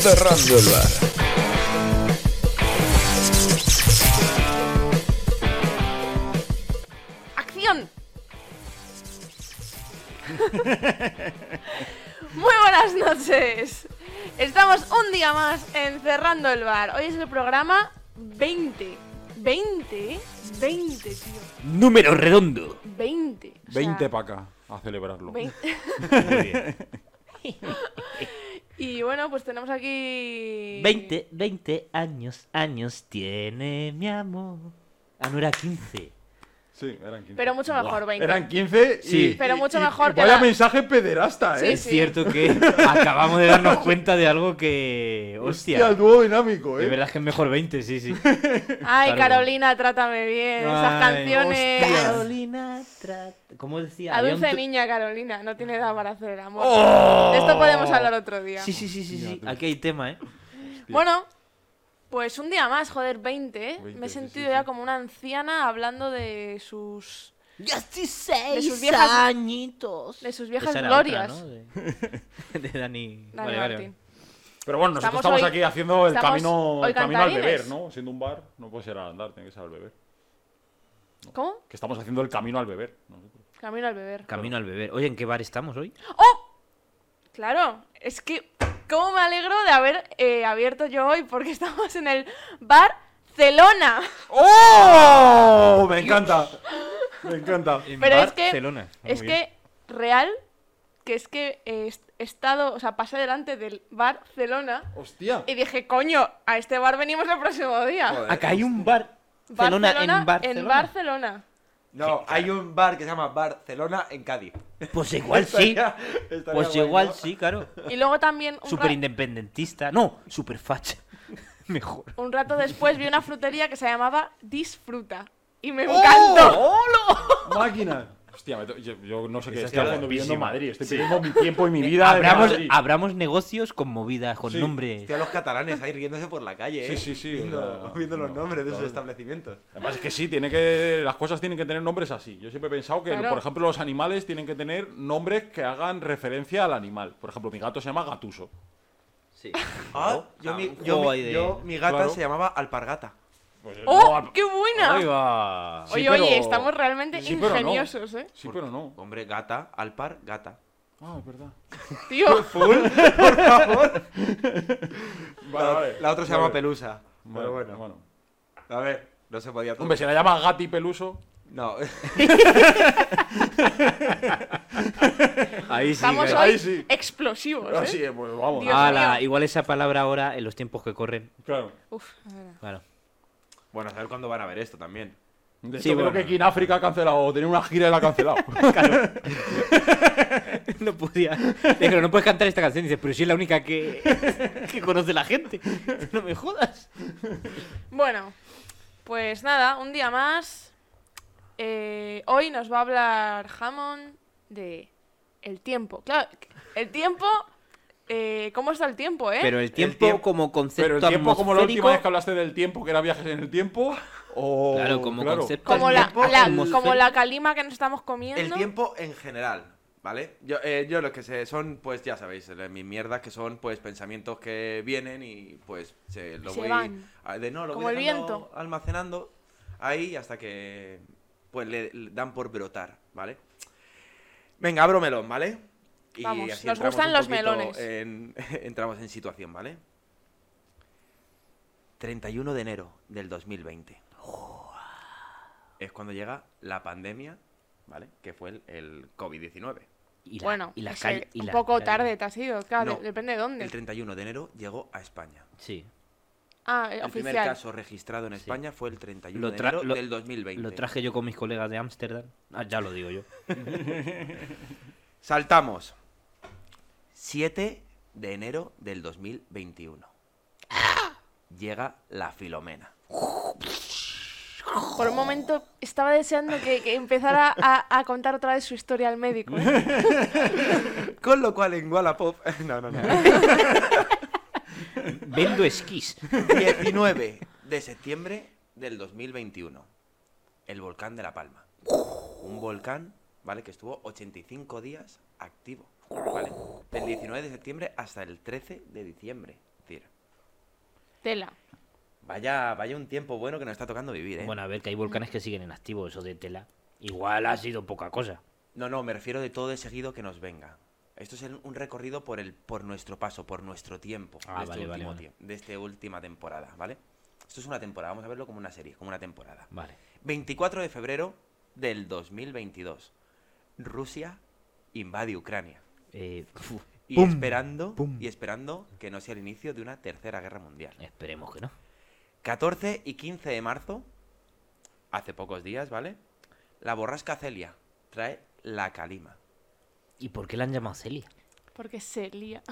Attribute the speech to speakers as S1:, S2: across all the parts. S1: Cerrando el bar.
S2: ¡Acción! Muy buenas noches. Estamos un día más en Cerrando el Bar. Hoy es el programa 20. 20, 20, tío.
S3: Número redondo.
S2: 20. o sea,
S4: 20 para acá a celebrarlo.
S2: 20.
S3: Muy bien.
S2: Y bueno, pues tenemos aquí.
S3: 20, 20 años, años tiene mi amor. Ah, no era 15.
S4: Sí, eran 15.
S2: Pero mucho mejor, 20.
S4: Eran 15 y,
S3: Sí.
S2: Pero
S4: y-
S2: mucho
S4: y-
S2: mejor
S4: y
S2: que
S4: Vaya
S2: la-
S4: mensaje pederasta,
S2: Sí,
S4: eh.
S3: Es cierto que acabamos de darnos cuenta de algo que.
S4: Hostia,
S3: Hostia.
S4: el dúo dinámico, eh.
S3: De verdad es que es mejor 20, sí, sí.
S2: Ay,
S3: Claro.
S2: Carolina, trátame bien. Esas
S3: Ay,
S2: canciones.
S3: Carolina trata. ¿Cómo decía?
S2: La
S3: Había un
S2: dulce
S3: tu-
S2: niña, Carolina. No tiene edad para hacer el amor.
S3: ¡Oh!
S2: De esto podemos hablar otro día.
S3: Sí, sí, sí, sí,
S4: Ya,
S3: sí.
S4: tú.
S3: Aquí hay tema, ¿eh?
S2: Bueno, pues un día más, joder, 20. ¿eh?
S4: 20,
S2: Me he
S4: sí,
S2: sentido
S4: sí,
S2: ya
S4: sí.
S2: como una anciana hablando de sus
S3: Ya estoy seis
S2: sus viejas-
S3: añitos.
S2: de sus viejas
S3: Esa era
S2: glorias.
S3: otra, ¿no? De, de Dani.
S2: Dani
S3: vale, vale,
S2: Martín.
S4: Pero bueno, nosotros
S2: Estamos
S4: estamos,
S2: hoy-
S4: aquí haciendo el
S2: estamos
S4: camino,
S2: hoy
S4: el camino al
S2: cantarines.
S4: beber, ¿no? Siendo un bar, no puede ser al andar, tiene que ser al beber.
S2: ¿Cómo?
S4: Que estamos haciendo el camino al beber. nosotros.
S2: Camino al beber.
S3: Camino al beber. Oye, ¿en qué bar estamos hoy?
S2: ¡Oh! Claro, es que cómo me alegro de haber eh, abierto yo hoy porque estamos en el Barcelona.
S4: ¡Oh! Me encanta. Me encanta.
S2: Pero es que-
S3: Barcelona. Muy
S2: es
S3: bien.
S2: que real que es que eh, he estado, o sea, pasé delante del Barcelona
S4: Hostia.
S2: y dije, coño, a este bar venimos el próximo día.
S5: Joder.
S3: Acá hay un bar. Barcelona, en Barcelona.
S2: En Barcelona.
S5: No, hay un bar que se llama Barcelona en Cádiz.
S3: Pues igual sí.
S5: Estaría- estaría
S3: Pues
S5: guay,
S3: igual
S5: ¿no?
S3: sí, claro.
S2: Y luego también un,
S3: Super
S2: ra-
S3: independentista. No, super facha. Mejor.
S2: un rato después vi una frutería que se llamaba Disfruta. Y me encantó.
S4: Máquina. Hostia, me to- yo, yo no sé qué
S3: Esa
S4: estoy
S3: está
S4: haciendo viviendo en
S3: guapísima.
S4: Madrid. Estoy perdiendo mi tiempo y mi vida. en
S3: Abramos,
S4: Madrid.
S3: abramos negocios con movidas, con
S4: Sí.
S3: nombres.
S5: Hostia, los catalanes ahí riéndose por la calle,
S4: Sí,
S5: ¿eh?
S4: sí, sí,
S5: Viendo,
S4: no,
S5: viendo los
S4: no,
S5: nombres de
S4: no,
S5: sus
S4: no.
S5: establecimientos.
S4: Además es que sí, tiene que las cosas tienen que tener nombres así. Yo siempre he pensado que,
S2: Claro.
S4: por ejemplo, los animales tienen que tener nombres que hagan referencia al animal. Por ejemplo, mi gato se llama Gatuso.
S3: Sí.
S5: Ah, yo, mi,
S3: un
S5: yo,
S3: juego
S5: mi,
S3: ahí de-
S5: yo- mi gata
S4: Claro.
S5: se llamaba Alpargata.
S4: Pues,
S2: ¡Oh,
S4: no,
S2: qué buena!
S3: Ahí va.
S4: sí,
S2: Oye,
S4: pero-
S2: oye, estamos realmente
S4: sí, pero no.
S2: ingeniosos, ¿eh?
S4: Sí, pero no.
S5: Hombre, gata, Alpar, gata.
S4: Ah, es verdad.
S2: Tío,
S4: Vale,
S5: la,
S4: vale.
S5: la otra se
S4: Vale.
S5: llama Pelusa.
S4: Vale,
S5: pero bueno, A ver, no se podía... todo.
S4: Hombre, se la llama Gati Peluso.
S5: No,
S3: Ahí sí.
S2: estamos
S3: claro.
S4: ahí
S2: hoy
S4: sí.
S2: explosivos, ¿eh?
S4: Ah, sí, pues vamos.
S2: Dios.
S3: Ala,
S2: mío.
S3: igual esa palabra ahora en los tiempos que corren.
S4: Claro.
S2: Uf, es verdad.
S3: Claro.
S5: bueno, a saber cuándo van a ver esto también.
S4: De
S3: Sí,
S4: hecho,
S3: bueno.
S4: creo que aquí en África ha cancelado. o Tenía una gira y la ha cancelado.
S3: No podía. Pero no puedes cantar esta canción. Dices, pero si es la única que, que conoce la gente. No me jodas.
S2: ¿Eh? Bueno, pues nada, un día más. Eh, hoy nos va a hablar Hammond de el tiempo. Claro, el tiempo... eh, ¿Cómo está el tiempo, eh?
S3: Pero el tiempo,
S4: tiempo-
S3: como concepto
S4: Pero el tiempo, como la última vez que
S3: atmosférico-
S4: hablaste del tiempo, que era viajes en el tiempo, o...
S3: Claro, como concepto.
S2: Como la,
S3: tiempo
S2: la-
S3: atmosférico.
S2: como la calima que nos estamos comiendo.
S5: El tiempo en general, ¿vale? Yo, eh, yo los que sé son, pues ya sabéis, eh, mis mierdas que son, pues pensamientos que vienen y pues se lo
S2: Se
S5: voy
S2: van.
S5: a- de no, lo
S2: Como
S5: voy
S2: el
S5: dejando
S2: viento.
S5: almacenando ahí hasta que pues le, le dan por brotar, ¿vale? Venga, abro melón, ¿vale? Y
S2: Vamos,
S5: así
S2: nos
S5: entramos
S2: gustan
S5: un
S2: los
S5: poquito
S2: melones.
S5: en- entramos en situación, ¿vale? 31 de enero del 2020 es cuando llega la pandemia, ¿vale? Que fue el, el COVID-19.
S3: Y la-
S2: Bueno,
S3: y la
S2: ese,
S3: calle- y
S2: un
S3: la-
S2: poco
S3: la-
S2: tarde te has ido, claro,
S5: No,
S2: de- depende de dónde.
S5: El 31 de enero llegó a España.
S3: Sí.
S2: ah, eh,
S5: El primer
S2: oficial.
S5: caso registrado en España fue el 31
S3: Lo
S5: de
S3: tra-
S5: enero
S3: lo-
S5: del 2020.
S3: Lo traje yo con mis colegas de Ámsterdam. Ah, ya lo digo yo.
S5: Saltamos. 7 de enero del 2021.
S2: ¡Ah!
S5: Llega la Filomena.
S2: Por un momento estaba deseando que, que empezara a, a contar otra vez su historia al médico. ¿eh?
S5: Con lo cual en Wallapop... No, no, no.
S3: Vendo esquís.
S5: 19 de septiembre del 2021. El volcán de La Palma. Un volcán, ¿vale? Que estuvo 85 días activo. ¿Vale? Del 19 de septiembre hasta el 13 de diciembre. Es decir,
S2: Tela.
S5: Vaya, vaya un tiempo bueno que nos está tocando vivir, ¿eh?
S3: Bueno, a ver, que hay volcanes que siguen en activo, eso de tela. Igual ha sido poca cosa.
S5: No, no, me refiero de todo de seguido que nos venga. Esto es el- un recorrido por el por nuestro paso, por nuestro tiempo,
S3: Ah,
S5: de, este
S3: vale, vale,
S5: último
S3: vale.
S5: tiempo- de esta última temporada, ¿vale? Esto es una temporada, vamos a verlo como una serie, como una temporada.
S3: Vale.
S5: 24 de febrero del 2022. Rusia invade Ucrania.
S3: Eh, fu,
S5: Y
S3: Pum,
S5: esperando
S3: pum. Eh.
S5: y esperando que no sea el inicio de una tercera guerra mundial.
S3: esperemos que no.
S5: 14 y 15 de marzo, hace pocos días, ¿vale? La borrasca Celia trae la calima.
S3: ¿Y por qué la han llamado Celia?
S2: Porque se lía.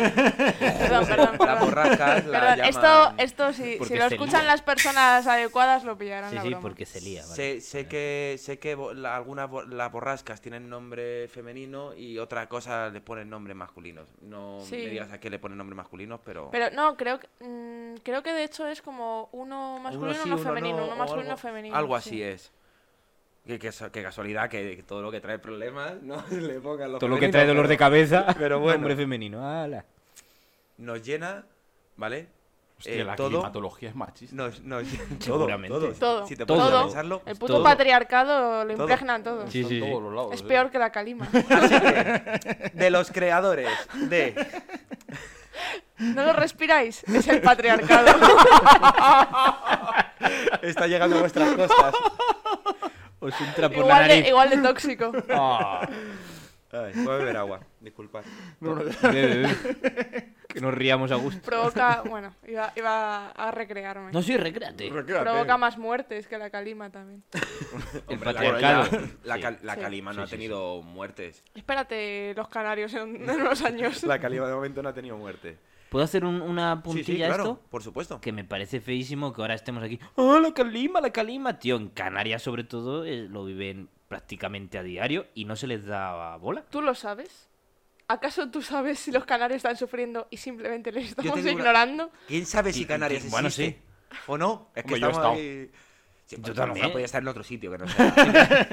S2: perdón, perdón,
S5: La
S2: perdón.
S5: borrasca la
S2: Perdón, esto,
S5: llaman-
S2: esto si,
S3: Porque
S2: si lo
S3: se
S2: escuchan
S3: lía.
S2: las personas adecuadas lo pillarán
S3: Sí,
S2: la
S3: sí,
S2: broma.
S3: porque Celia. Vale.
S5: Sé, sé que, sé que bo- la- algunas bo- las borrascas tienen nombre femenino y otra cosa le ponen nombres masculinos. No
S2: Sí.
S5: me digas a qué le ponen nombres masculinos, pero...
S2: Pero no, creo que, mm, creo que de hecho es como uno masculino, uno,
S5: sí,
S2: femenino,
S5: no,
S2: uno
S5: o
S2: masculino,
S5: algo,
S2: femenino.
S5: Algo
S2: sí.
S5: así es. Qué, qué so- qué casualidad que, que todo lo que trae problemas no le pongan los
S3: Todo lo que trae dolor de cabeza.
S5: pero bueno.
S3: Hombre femenino. ala.
S5: Nos llena, ¿vale?
S4: Hostia,
S5: Eh,
S4: la
S5: todo
S4: climatología es machista.
S5: nos, nos todo,
S3: Seguramente.
S5: todo,
S2: Todo.
S5: Si te
S3: Todo.
S5: pones a
S2: Todo.
S5: pensarlo,
S2: El puto
S3: Todo.
S2: patriarcado lo
S5: Todo.
S2: impregna en todo.
S3: Sí,
S4: Son
S3: sí, sí.
S4: todos los lados,
S2: Es
S4: ¿eh?
S2: peor que la calima.
S5: de los creadores de
S2: No lo respiráis, es el patriarcado.
S5: está llegando a vuestras costas.
S3: Os entra por la
S2: igual, de,
S3: nariz.
S2: igual de tóxico.
S3: Ah,
S5: Ay, voy a beber agua, disculpad.
S3: bebe, bebe. que nos riamos a gusto.
S2: Provoca. Bueno, iba, iba a recrearme.
S3: No, sí, recréate.
S2: Provoca más muertes que la calima también.
S3: El
S5: Hombre, la-
S3: patriarcado.
S5: La,
S3: Sí.
S5: cal- la
S2: Sí.
S5: calima no
S3: Sí,
S5: ha
S3: sí, sí.
S5: tenido muertes.
S2: Espérate, los canarios en, en unos años.
S5: La calima de momento no ha tenido muerte.
S3: ¿Puedo hacer un- una puntilla a esto?
S5: por supuesto.
S3: Que me parece feísimo que ahora estemos aquí. ¡Ah, la calima, la calima! Tío, en Canarias, sobre todo, eh, lo viven prácticamente a diario y no se les da bola.
S2: ¿Tú lo sabes? ¿Acaso tú sabes si los canarios están sufriendo y simplemente les estamos
S5: tengo una-
S2: ignorando?
S5: ¿Quién sabe
S3: Y-
S5: si
S3: y-
S5: Canarias
S3: y-
S5: existe?
S3: bueno,
S5: ¿O no? Es que
S4: Hombre, yo he
S5: estamos
S4: estado.
S5: aquí- Sí, pues, a lo
S3: también.
S5: mejor Podía estar en otro sitio que no sea.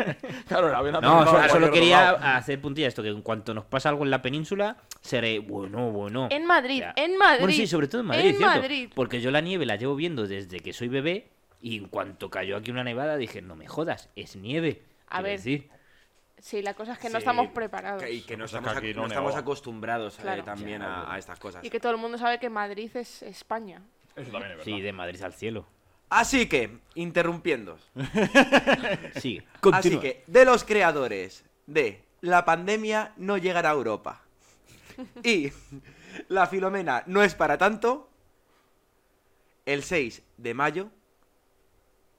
S4: Claro, la ven a
S3: No,
S4: todos
S3: solo,
S4: lados,
S3: solo
S4: cualquier otro
S3: quería
S4: lado.
S3: hacer puntilla a esto, que en cuanto nos pasa algo en la península, seré bueno, bueno.
S2: En Madrid,
S3: Ya.
S2: en Madrid.
S3: Bueno, sí, sobre todo en Madrid,
S2: En
S3: ¿cierto?
S2: Madrid.
S3: Porque yo la nieve la llevo viendo desde que soy bebé y en cuanto cayó aquí una nevada dije, no me jodas, es nieve.
S2: A
S3: Quiero
S2: ver.
S3: decir,
S2: Sí, la cosa es que
S5: Sí,
S2: no estamos preparados.
S5: que- y que no
S4: Cosa
S5: estamos,
S4: que
S5: ac-
S4: aquí no
S5: no estamos
S4: nevaba.
S5: acostumbrados eh,
S2: Claro.
S5: también
S3: Ya,
S5: a,
S3: bueno.
S5: a estas cosas.
S2: Y que todo el mundo sabe que Madrid es España.
S4: Eso también es verdad.
S3: sí, de Madrid al cielo.
S5: Así que, interrumpiendo.
S3: Ah, Sí,
S5: Así que, de los creadores de La pandemia no llegará a Europa y La Filomena no es para tanto, el 6 de mayo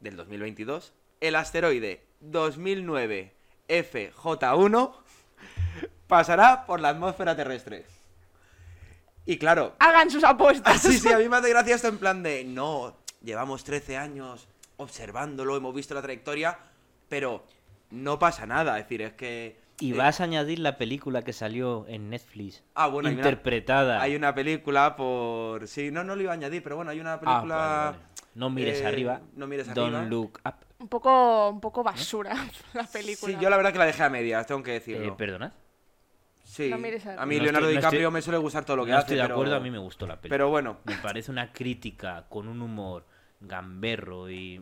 S5: del 2022, el asteroide 2009 FJ1 pasará por la atmósfera terrestre. Y claro,
S2: Hagan sus apuestas.
S5: Así sí, a mí me hace gracia esto en plan de, no, llevamos 13 años observándolo, hemos visto la trayectoria, pero no pasa nada, es decir, es que...
S3: Y
S5: eh,
S3: vas a añadir la película que salió en Netflix.
S5: Ah, bueno, hay una-
S3: interpretada.
S5: Hay una película por... Sí, no, no lo iba a añadir, pero bueno, hay una
S3: Ah,
S5: película...
S3: vale, vale. No mires
S5: eh,
S3: arriba.
S5: No mires
S3: Don't
S5: arriba.
S3: look up.
S2: Un poco, un poco basura la película.
S5: Sí, yo la verdad que la dejé a medias, tengo que
S3: Eh,
S5: decirlo.
S3: perdonad.
S5: Sí,
S2: No mires arriba.
S5: a mí
S3: No
S5: Leonardo
S3: estoy- no
S5: DiCaprio
S3: estoy-
S5: me suele gustar todo lo que
S3: no
S5: hace,
S3: estoy de
S5: pero-
S3: acuerdo, a mí me gustó la película.
S5: Pero bueno,
S3: Me parece una crítica con un humor gamberro y,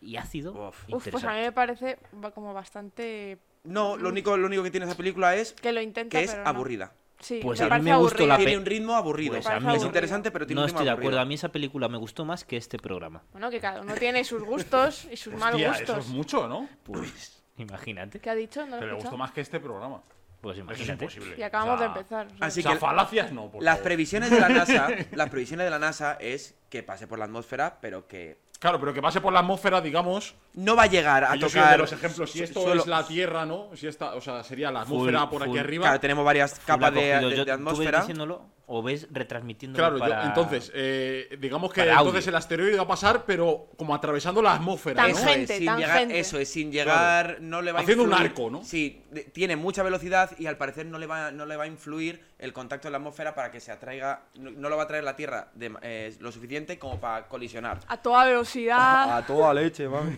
S3: y ácido.
S5: Uf.
S2: Uf, pues a mí
S3: interesante.
S2: me parece ba- como bastante...
S5: no, lo único, lo único que tiene esa película es
S2: Que lo intenta,
S5: que es
S2: pero no.
S5: aburrida.
S2: Sí,
S3: Pues
S2: me
S3: a mí me
S2: parece
S3: gustó la
S2: aburrida.
S3: pe-
S5: Tiene un ritmo aburrido.
S3: Pues
S2: a mí
S5: es
S2: no-
S5: interesante, pero tiene
S3: no
S5: un ritmo
S3: estoy de
S5: aburrido.
S3: acuerdo. A mí esa película me gustó más que este programa.
S2: Bueno, que cada uno tiene sus gustos y sus mal
S4: Hostia, eso
S2: gustos.
S4: es mucho, ¿no?
S3: Pues imagínate.
S2: ¿Qué ha dicho? ¿No
S4: Que
S2: lo he
S4: le gustó
S2: escuchado?
S4: más que este programa.
S3: Pues
S4: Eso es
S3: imagínate.
S4: imposible.
S2: Y acabamos
S4: O sea,
S2: de empezar. o sea.
S5: así
S4: o sea,
S5: que-
S4: falacias no, por
S5: Las
S4: favor.
S5: previsiones de la NASA, las previsiones de la NASA es que pase por la atmósfera, pero que
S4: Claro, pero que pase por la atmósfera, digamos.
S5: no va a llegar a
S4: que yo soy el
S5: tocar.
S4: de los ejemplos. Si esto
S5: suelo-
S4: es la Tierra, ¿no? Si esta, o sea, sería la atmósfera por aquí
S3: full.
S4: arriba.
S5: Claro, tenemos varias
S3: Full
S5: capas de,
S3: acogido.
S5: de-
S3: Yo-
S5: de
S3: tú ves
S5: atmósfera.
S3: diciéndolo o ves retransmitiéndolo
S4: Claro, yo-
S3: para-
S4: entonces, eh, digamos que
S3: para audio.
S4: entonces el asteroide va a pasar, pero como atravesando la atmósfera,
S2: Tan
S4: ¿no?
S2: gen- Tangente,
S5: eso, es, sin
S2: tangente.
S5: llegar, eso es, sin llegar, no le va a
S4: Haciendo un
S5: influir.
S4: arco, ¿no?
S5: Sí, de- tiene mucha velocidad y al parecer no le va, no le va a influir el contacto de la atmósfera para que se atraiga, no, no lo va a traer la Tierra de- eh, lo suficiente como para colisionar.
S2: A toda
S5: Ah,
S2: velocidad,
S5: toda leche, mami.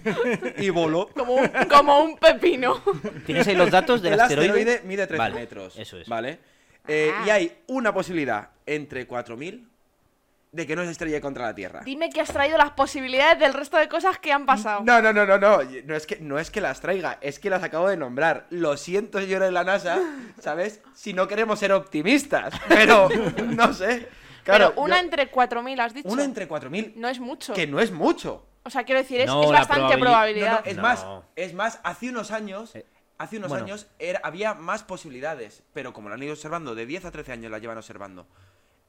S5: y voló.
S2: como un, como un pepino.
S3: ¿Tienes ahí los datos del
S5: el asteroide,
S3: asteroide?
S5: mide 3
S3: Vale,
S5: metros.
S3: Eso es.
S5: ¿Vale? Eh,
S2: Ah.
S5: Y hay una posibilidad entre 4.000 de que no se estrelle contra la Tierra.
S2: Dime que has traído las posibilidades del resto de cosas que han pasado.
S5: No, no, no, no, no. No es que, no es que las traiga, es que las acabo de nombrar. Lo siento, señores de la NASA, ¿sabes? Si no queremos ser optimistas, pero no sé. Claro,
S2: Pero una
S5: yo-
S2: entre 4.000, has dicho.
S5: una entre 4.000,
S2: No es mucho.
S5: que no es mucho.
S2: O sea, quiero decir, es,
S3: No,
S2: es
S3: la
S2: bastante
S3: probabili-
S5: No, no,
S2: probabilidad.
S5: es
S3: No.
S5: más, es más, hace unos años,
S3: Eh,
S5: hace unos
S3: bueno.
S5: años era- había más posibilidades, pero como lo han ido observando, de 10 a 13 años la llevan observando,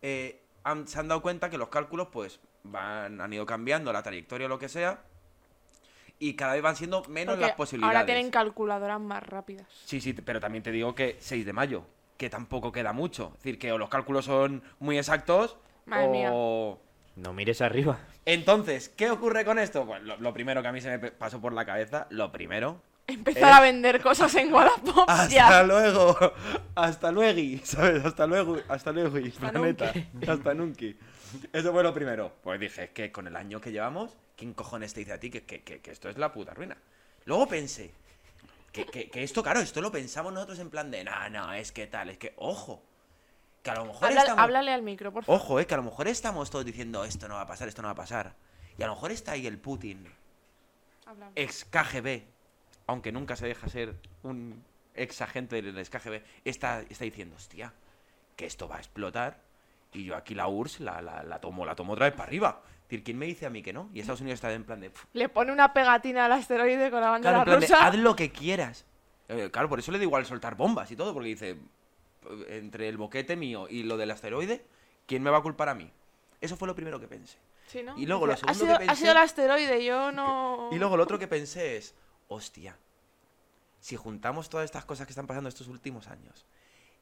S5: eh, han- se han dado cuenta que los cálculos pues van, han ido cambiando la trayectoria o lo que sea, y cada vez van siendo menos
S2: Porque
S5: las posibilidades.
S2: ahora tienen calculadoras más rápidas.
S5: Sí, sí, pero también te digo que 6 de mayo, que tampoco queda mucho. Es decir, que o los cálculos son muy exactos
S2: Madre mía.
S5: o...
S3: No mires arriba.
S5: Entonces, ¿qué ocurre con esto? Pues lo, lo primero que a mí se me pe- pasó por la cabeza, lo primero...
S2: Empezar
S5: Eh.
S2: a vender cosas en Wallapop
S5: Hasta
S2: ya.
S5: luego, hasta luego, ¿sabes? Hasta luego, hasta luego, planeta, hasta nunca. Eso fue lo primero. Pues dije, es que con el año que llevamos, ¿quién cojones te dice a ti que, que- que- que esto es la puta ruina? Luego pensé, que, que- que esto, claro, esto lo pensamos nosotros en plan de, no, no, es que tal, es que, ojo, que a lo mejor
S2: Habla-
S5: estamos...
S2: Háblale al micro, por favor.
S5: Ojo, eh, que a lo mejor estamos todos diciendo, esto no va a pasar, esto no va a pasar. Y a lo mejor está ahí el Putin,
S2: Háblale.
S5: ex KGB, aunque nunca se deja ser un ex agente del ex KGB, está, está diciendo, hostia, que esto va a explotar y yo aquí la URSS la, la, la tomo, la tomo otra vez para arriba. Es decir, ¿quién me dice a mí que no? Y Estados Unidos está en plan de... "Pf,
S2: Le pone una pegatina al asteroide con la
S5: claro,
S2: bandera
S5: en plan de,
S2: rusa.
S5: haz lo que quieras. Eh, claro, por eso le da igual soltar bombas y todo, porque dice, "P- entre el boquete mío y lo del asteroide, ¿quién me va a culpar a mí? Eso fue lo primero que pensé.
S2: Sí, ¿no?
S5: y luego lo
S2: Dice, ha
S5: segundo
S2: sido,
S5: que
S2: ha
S5: pensé-
S2: sido el asteroide, yo no.
S5: Y luego lo otro que pensé es, hostia, si juntamos todas estas cosas que están pasando estos últimos años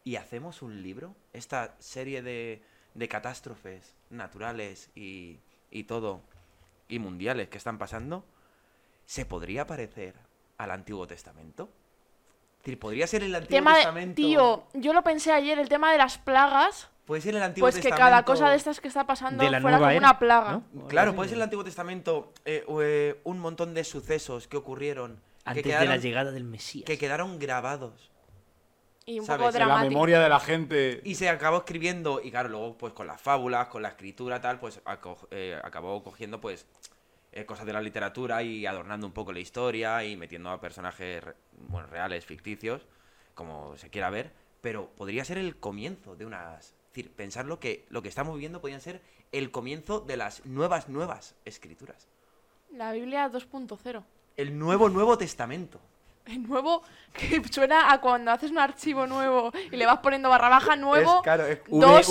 S5: y hacemos un libro, esta serie de, de catástrofes naturales y, y todo, y mundiales que están pasando, ¿se podría parecer al Antiguo Testamento? Es decir, ¿podría ser el Antiguo
S2: tema de,
S5: Testamento?
S2: tío, yo lo pensé ayer, el tema de las plagas.
S5: ¿Puede ser el Antiguo
S2: Pues que
S5: Testamento?
S2: cada cosa de estas que está pasando
S3: De la
S2: fuera
S3: nueva
S2: como
S3: era,
S2: una plaga.
S3: ¿no? O algo
S5: Claro,
S3: así.
S5: puede ser el Antiguo Testamento eh, o, eh, un montón de sucesos que ocurrieron
S3: Antes
S5: que,
S3: de
S5: quedaron,
S3: la llegada del Mesías.
S5: que quedaron grabados.
S2: Y un
S5: Sabes,
S2: poco
S5: de
S4: De la
S2: dramático.
S4: memoria de la gente.
S5: Y se acabó escribiendo, y claro, luego pues con las fábulas, con la escritura, tal, pues aco- eh, acabó cogiendo pues eh, cosas de la literatura y adornando un poco la historia y metiendo a personajes re- bueno, reales, ficticios, como se quiera ver, pero podría ser el comienzo de unas... Es decir, pensar lo que, lo que estamos viviendo podría ser el comienzo de las nuevas, nuevas escrituras.
S2: La Biblia 2.0.
S5: El nuevo, nuevo testamento.
S2: El nuevo que suena a cuando haces un archivo nuevo y le vas poniendo barra baja nuevo.
S5: claro, es-
S3: V-
S2: dos,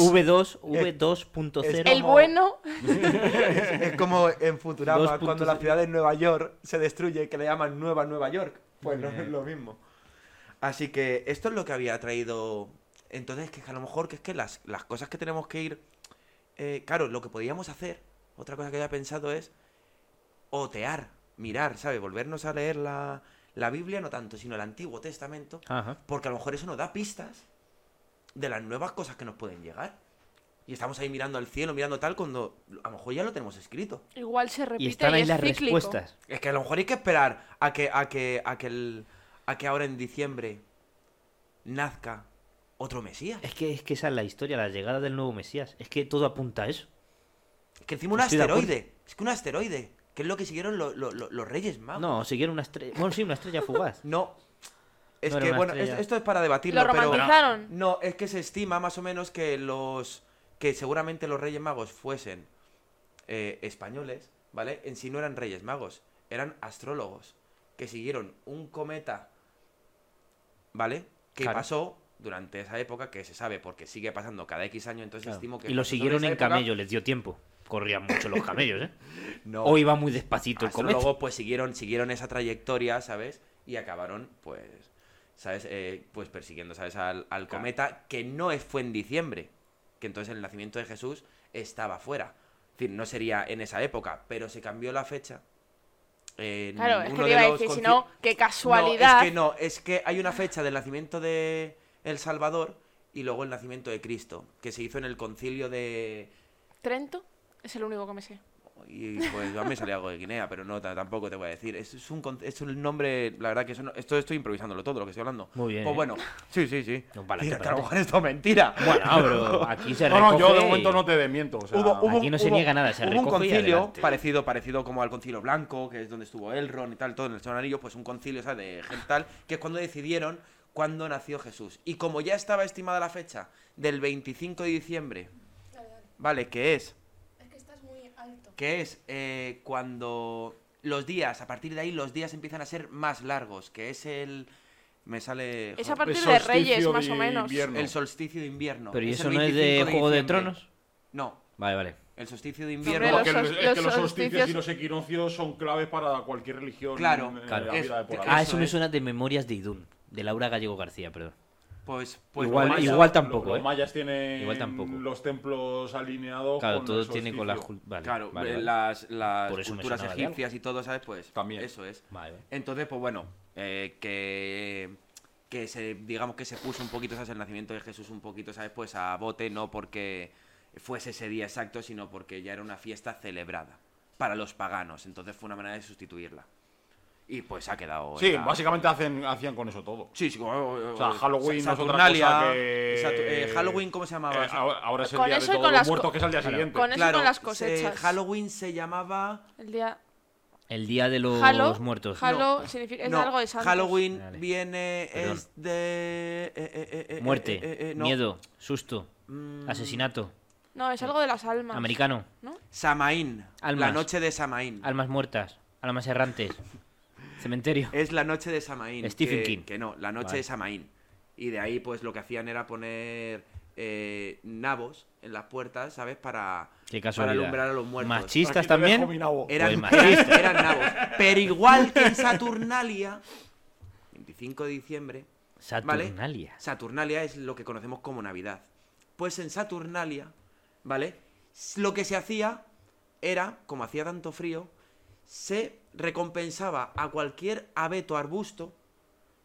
S3: V2,
S5: es
S3: V2.0.
S2: el bueno.
S5: Es como en
S3: Dos
S5: Futurama,
S3: puntos
S5: cuando la
S3: de-
S5: ciudad de Nueva York se destruye, que le llaman Nueva Nueva York. Pues no es lo mismo. Así que esto es lo que había traído. Entonces, que a lo mejor que es que las, las cosas que tenemos que ir. eh, claro, lo que podíamos hacer, otra cosa que había pensado es otear, mirar, ¿sabes? Volvernos a leer la, la Biblia, no tanto, sino el Antiguo Testamento,
S3: Ajá.
S5: porque a lo mejor eso nos da pistas de las nuevas cosas que nos pueden llegar. Y estamos ahí mirando al cielo, mirando tal, cuando a lo mejor ya lo tenemos escrito.
S2: Igual se repite
S3: Y
S2: y,
S3: están ahí
S2: es
S3: las
S2: cíclico.
S3: respuestas.
S5: Es que a lo mejor hay que esperar a que, a que, a que, el- a que ahora en diciembre nazca otro Mesías.
S3: Es que, es que esa es la historia, la llegada del nuevo Mesías. Es que todo apunta a eso.
S5: Es que encima un
S3: Estoy de acuerdo.
S5: asteroide. Es que un asteroide. Que es lo que siguieron lo- lo- lo- los Reyes Magos.
S3: No, siguieron una estrella. Bueno, sí, una estrella fugaz.
S5: No. Es
S3: No era
S5: que,
S3: una
S5: bueno, es-
S3: estrella.
S5: esto es para debatirlo,
S2: Lo
S5: pero...
S2: romantizaron.
S5: No, es que se estima más o menos que los... Que seguramente los Reyes Magos fuesen eh, españoles, ¿vale? En sí no eran Reyes Magos, eran astrólogos que siguieron un cometa, ¿vale? Que
S3: Claro.
S5: pasó durante esa época, que se sabe porque sigue pasando cada X año, entonces
S3: Claro.
S5: estimo que...
S3: Y lo
S5: pasó sobre
S3: siguieron
S5: esa
S3: en
S5: época.
S3: camello, les dio tiempo. Corrían mucho los camellos, ¿eh?
S5: No.
S3: O iba muy despacito el cometa.
S5: astrólogos pues siguieron, siguieron esa trayectoria, ¿sabes? Y acabaron, pues, ¿sabes? Eh, pues persiguiendo, ¿sabes? Al, al cometa, que no es- fue en diciembre, que entonces el nacimiento de Jesús estaba fuera. Es decir, no sería en esa época, pero se cambió la fecha. en
S2: Claro, es que te
S5: uno de
S2: iba a
S5: los
S2: decir, si
S5: conci-
S2: no, qué casualidad.
S5: no, es que no, es que hay una fecha del nacimiento de El Salvador y luego el nacimiento de Cristo, que se hizo en el concilio de...
S2: Trento es el único que me sé.
S5: Y pues a mí me sale algo de Guinea, pero no, ta- tampoco te voy a decir. Es, es un, con- es un nombre, la verdad que eso no- esto estoy improvisándolo todo lo que estoy hablando.
S3: Muy bien,
S5: Pues
S3: ¿eh?
S5: bueno, sí, sí, sí.
S3: No, vale,
S5: Mira,
S3: que
S5: que a lo
S3: no te-
S5: mejor esto es mentira.
S3: Bueno, ah, pero aquí se
S4: No,
S3: recoge...
S4: no, yo de
S3: y-
S4: momento no te desmiento. O sea,
S5: Hubo- hubo-
S3: aquí no se
S5: hubo-
S3: niega nada, se
S5: Hubo un
S3: recoge y
S5: concilio
S3: adelante.
S5: parecido, parecido como al concilio blanco, que es donde estuvo Elrond y tal, todo en el Señor de los Anillos, pues un concilio, ¿sabes? De gente tal, que es cuando decidieron cuándo nació Jesús. Y como ya estaba estimada la fecha del 25 de diciembre,
S1: Dale, dale.
S5: ¿vale? Que es,
S1: Es que estás muy alto.
S5: que es eh, cuando los días, a partir de ahí los días empiezan a ser más largos, que es el... Me sale...
S2: Es
S5: joder,
S2: a partir
S4: el
S2: de
S4: solsticio
S2: Reyes,
S4: de
S2: más o menos.
S4: invierno.
S5: el solsticio de invierno.
S3: Pero ¿y
S5: Es el
S3: eso no es
S5: 25
S3: de Juego de
S5: diciembre.
S3: Tronos?
S5: No,
S3: Vale, vale.
S5: el solsticio de invierno...
S4: Porque
S2: Hombre, los
S4: el-
S2: sol-
S4: es que los
S2: los
S4: solsticios
S2: solsticios-
S4: y los equinoccios son claves para cualquier religión.
S5: Claro,
S4: en, eh,
S3: claro.
S4: la
S5: Es-
S4: vida de por ahí.
S3: Ah,
S5: Eso
S3: eso me
S5: es.
S3: suena de Memorias de Idún, de Laura Gallego García, perdón.
S5: Pues, pues
S3: Ah, Igual-
S5: lo
S4: Los
S5: vais a-
S3: igual tampoco,
S4: Los
S3: ¿eh?
S4: mayas tienen
S3: Igual tampoco.
S4: los templos alineados.
S3: Claro,
S4: con
S3: todo
S4: el
S3: tiene con las...
S4: solsticio.
S3: cul- Vale,
S5: Claro,
S3: vale,
S5: eh,
S3: vale.
S5: las, las
S3: Por eso me
S5: culturas
S3: sonaba de algo.
S5: egipcias y todo, ¿sabes? Pues
S4: También.
S5: eso es.
S3: Vale, vale.
S5: Entonces, pues bueno, eh, que, que se, digamos que se puso un poquito, ¿sabes? El nacimiento de Jesús un poquito, ¿sabes? Pues a bote, no porque fuese ese día exacto, sino porque ya era una fiesta celebrada para los paganos. Entonces fue una manera de sustituirla. Y pues ha quedado... en
S4: Sí,
S5: la-
S4: básicamente hacen, hacían con eso todo.
S5: Sí, eh, sí, o,
S4: sea, Halloween no es otra cosa que-
S5: Halloween, ¿cómo se llamaba?
S4: Eh, ahora, ahora es el
S2: Con
S4: día de
S2: eso y
S4: todos
S2: con
S4: los
S2: las
S4: muertos,
S2: co-
S4: que es el día siguiente.
S2: Con eso y
S5: Claro,
S2: con las
S5: se-
S2: cosechas.
S5: Halloween se llamaba...
S2: El día...
S3: El día de los
S2: Halo,
S3: muertos.
S2: Halo significa... Es
S5: No,
S2: algo de santos.
S5: Halloween
S3: Vale.
S5: viene
S3: Perdón.
S5: es de eh, eh, eh, eh,
S3: Muerte,
S5: eh, eh, eh, no.
S3: miedo, susto,
S5: Mm,
S3: asesinato,
S2: No, es algo de las almas.
S3: americano,
S2: ¿No?
S5: Samaín,
S3: Almas.
S5: la noche de Samaín.
S3: almas muertas, almas errantes, cementerio.
S5: Es la noche de Samaín.
S3: Stephen
S5: que,
S3: King.
S5: Que no, la noche
S3: Vale.
S5: de Samaín. Y de ahí pues lo que hacían era poner eh, nabos en las puertas, ¿sabes? Para
S3: Qué
S5: para
S3: casualidad.
S5: alumbrar a los muertos.
S3: Machistas
S4: Aquí te dejo mi
S3: también.
S4: nabo.
S5: Eran,
S3: Pues
S5: eran, eran nabos. Pero igual que en Saturnalia, 25 de diciembre, ¿vale?
S3: Saturnalia.
S5: Saturnalia es lo que conocemos como Navidad. Pues en Saturnalia, ¿vale? S- Lo que se hacía era, como hacía tanto frío, se recompensaba a cualquier abeto arbusto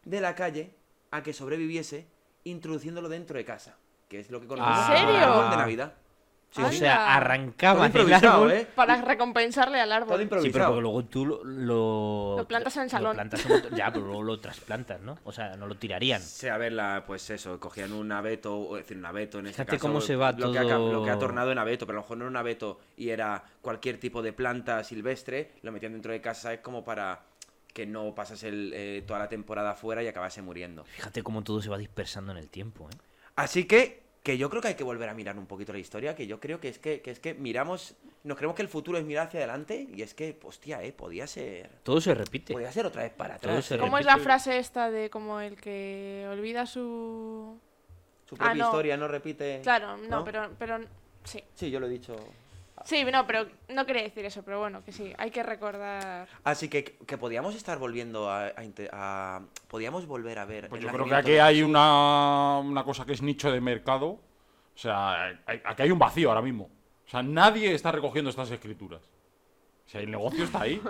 S5: de la calle a que sobreviviese introduciéndolo dentro de casa, que es lo que conocemos
S3: Ah.
S5: como
S2: ¿Serio?
S5: árbol de Navidad. Sí,
S3: o
S2: sí.
S3: sea,
S2: Anda.
S5: todo
S3: arrancaban el
S5: improvisado,
S3: árbol.
S5: ¿eh?
S2: Para recompensarle al árbol.
S5: Todo
S3: Sí, pero
S5: improvisado.
S3: porque luego tú lo... Lo,
S2: Lo plantas en el
S3: lo
S2: salón.
S3: plantas en otro- ya, pero luego lo trasplantas, ¿no? O sea, no lo tirarían.
S5: Sí, a ver, la, pues eso, cogían un abeto, o decir, un abeto en este
S3: Fíjate
S5: caso.
S3: cómo se va
S5: lo, que ha,
S3: todo-
S5: ca- lo que ha tornado en abeto, pero a lo mejor no era un abeto y era cualquier tipo de planta silvestre, lo metían dentro de casa, es como para que no pasase el, eh, toda la temporada afuera y acabase muriendo.
S3: Fíjate cómo todo se va dispersando en el tiempo, ¿eh?
S5: Así que, que yo creo que hay que volver a mirar un poquito la historia, que yo creo que es que, que es que miramos, nos creemos que el futuro es mirar hacia adelante y es que, hostia, eh, podía ser,
S3: Todo se repite.
S5: podía ser otra vez para
S3: Todo
S5: atrás.
S3: se
S5: eh.
S2: ¿Cómo es la
S3: repite-
S2: frase esta de como el que olvida su...
S5: Su propia
S2: Ah, no.
S5: historia no repite.
S2: Claro, no,
S5: ¿No?
S2: pero... pero sí.
S5: Sí, yo lo he dicho.
S2: Sí, no, pero no quería decir eso, pero bueno, que sí, hay que recordar...
S5: Así que, que podíamos estar volviendo a, a inte- a- podíamos volver a ver.
S4: Pues
S5: el
S4: yo creo que
S5: nacimiento
S4: aquí
S5: de
S4: hay
S5: Jesús.
S4: una, una cosa que es nicho de mercado. O sea, hay- aquí hay un vacío ahora mismo. O sea, nadie está recogiendo estas escrituras. O sea, el negocio está ahí.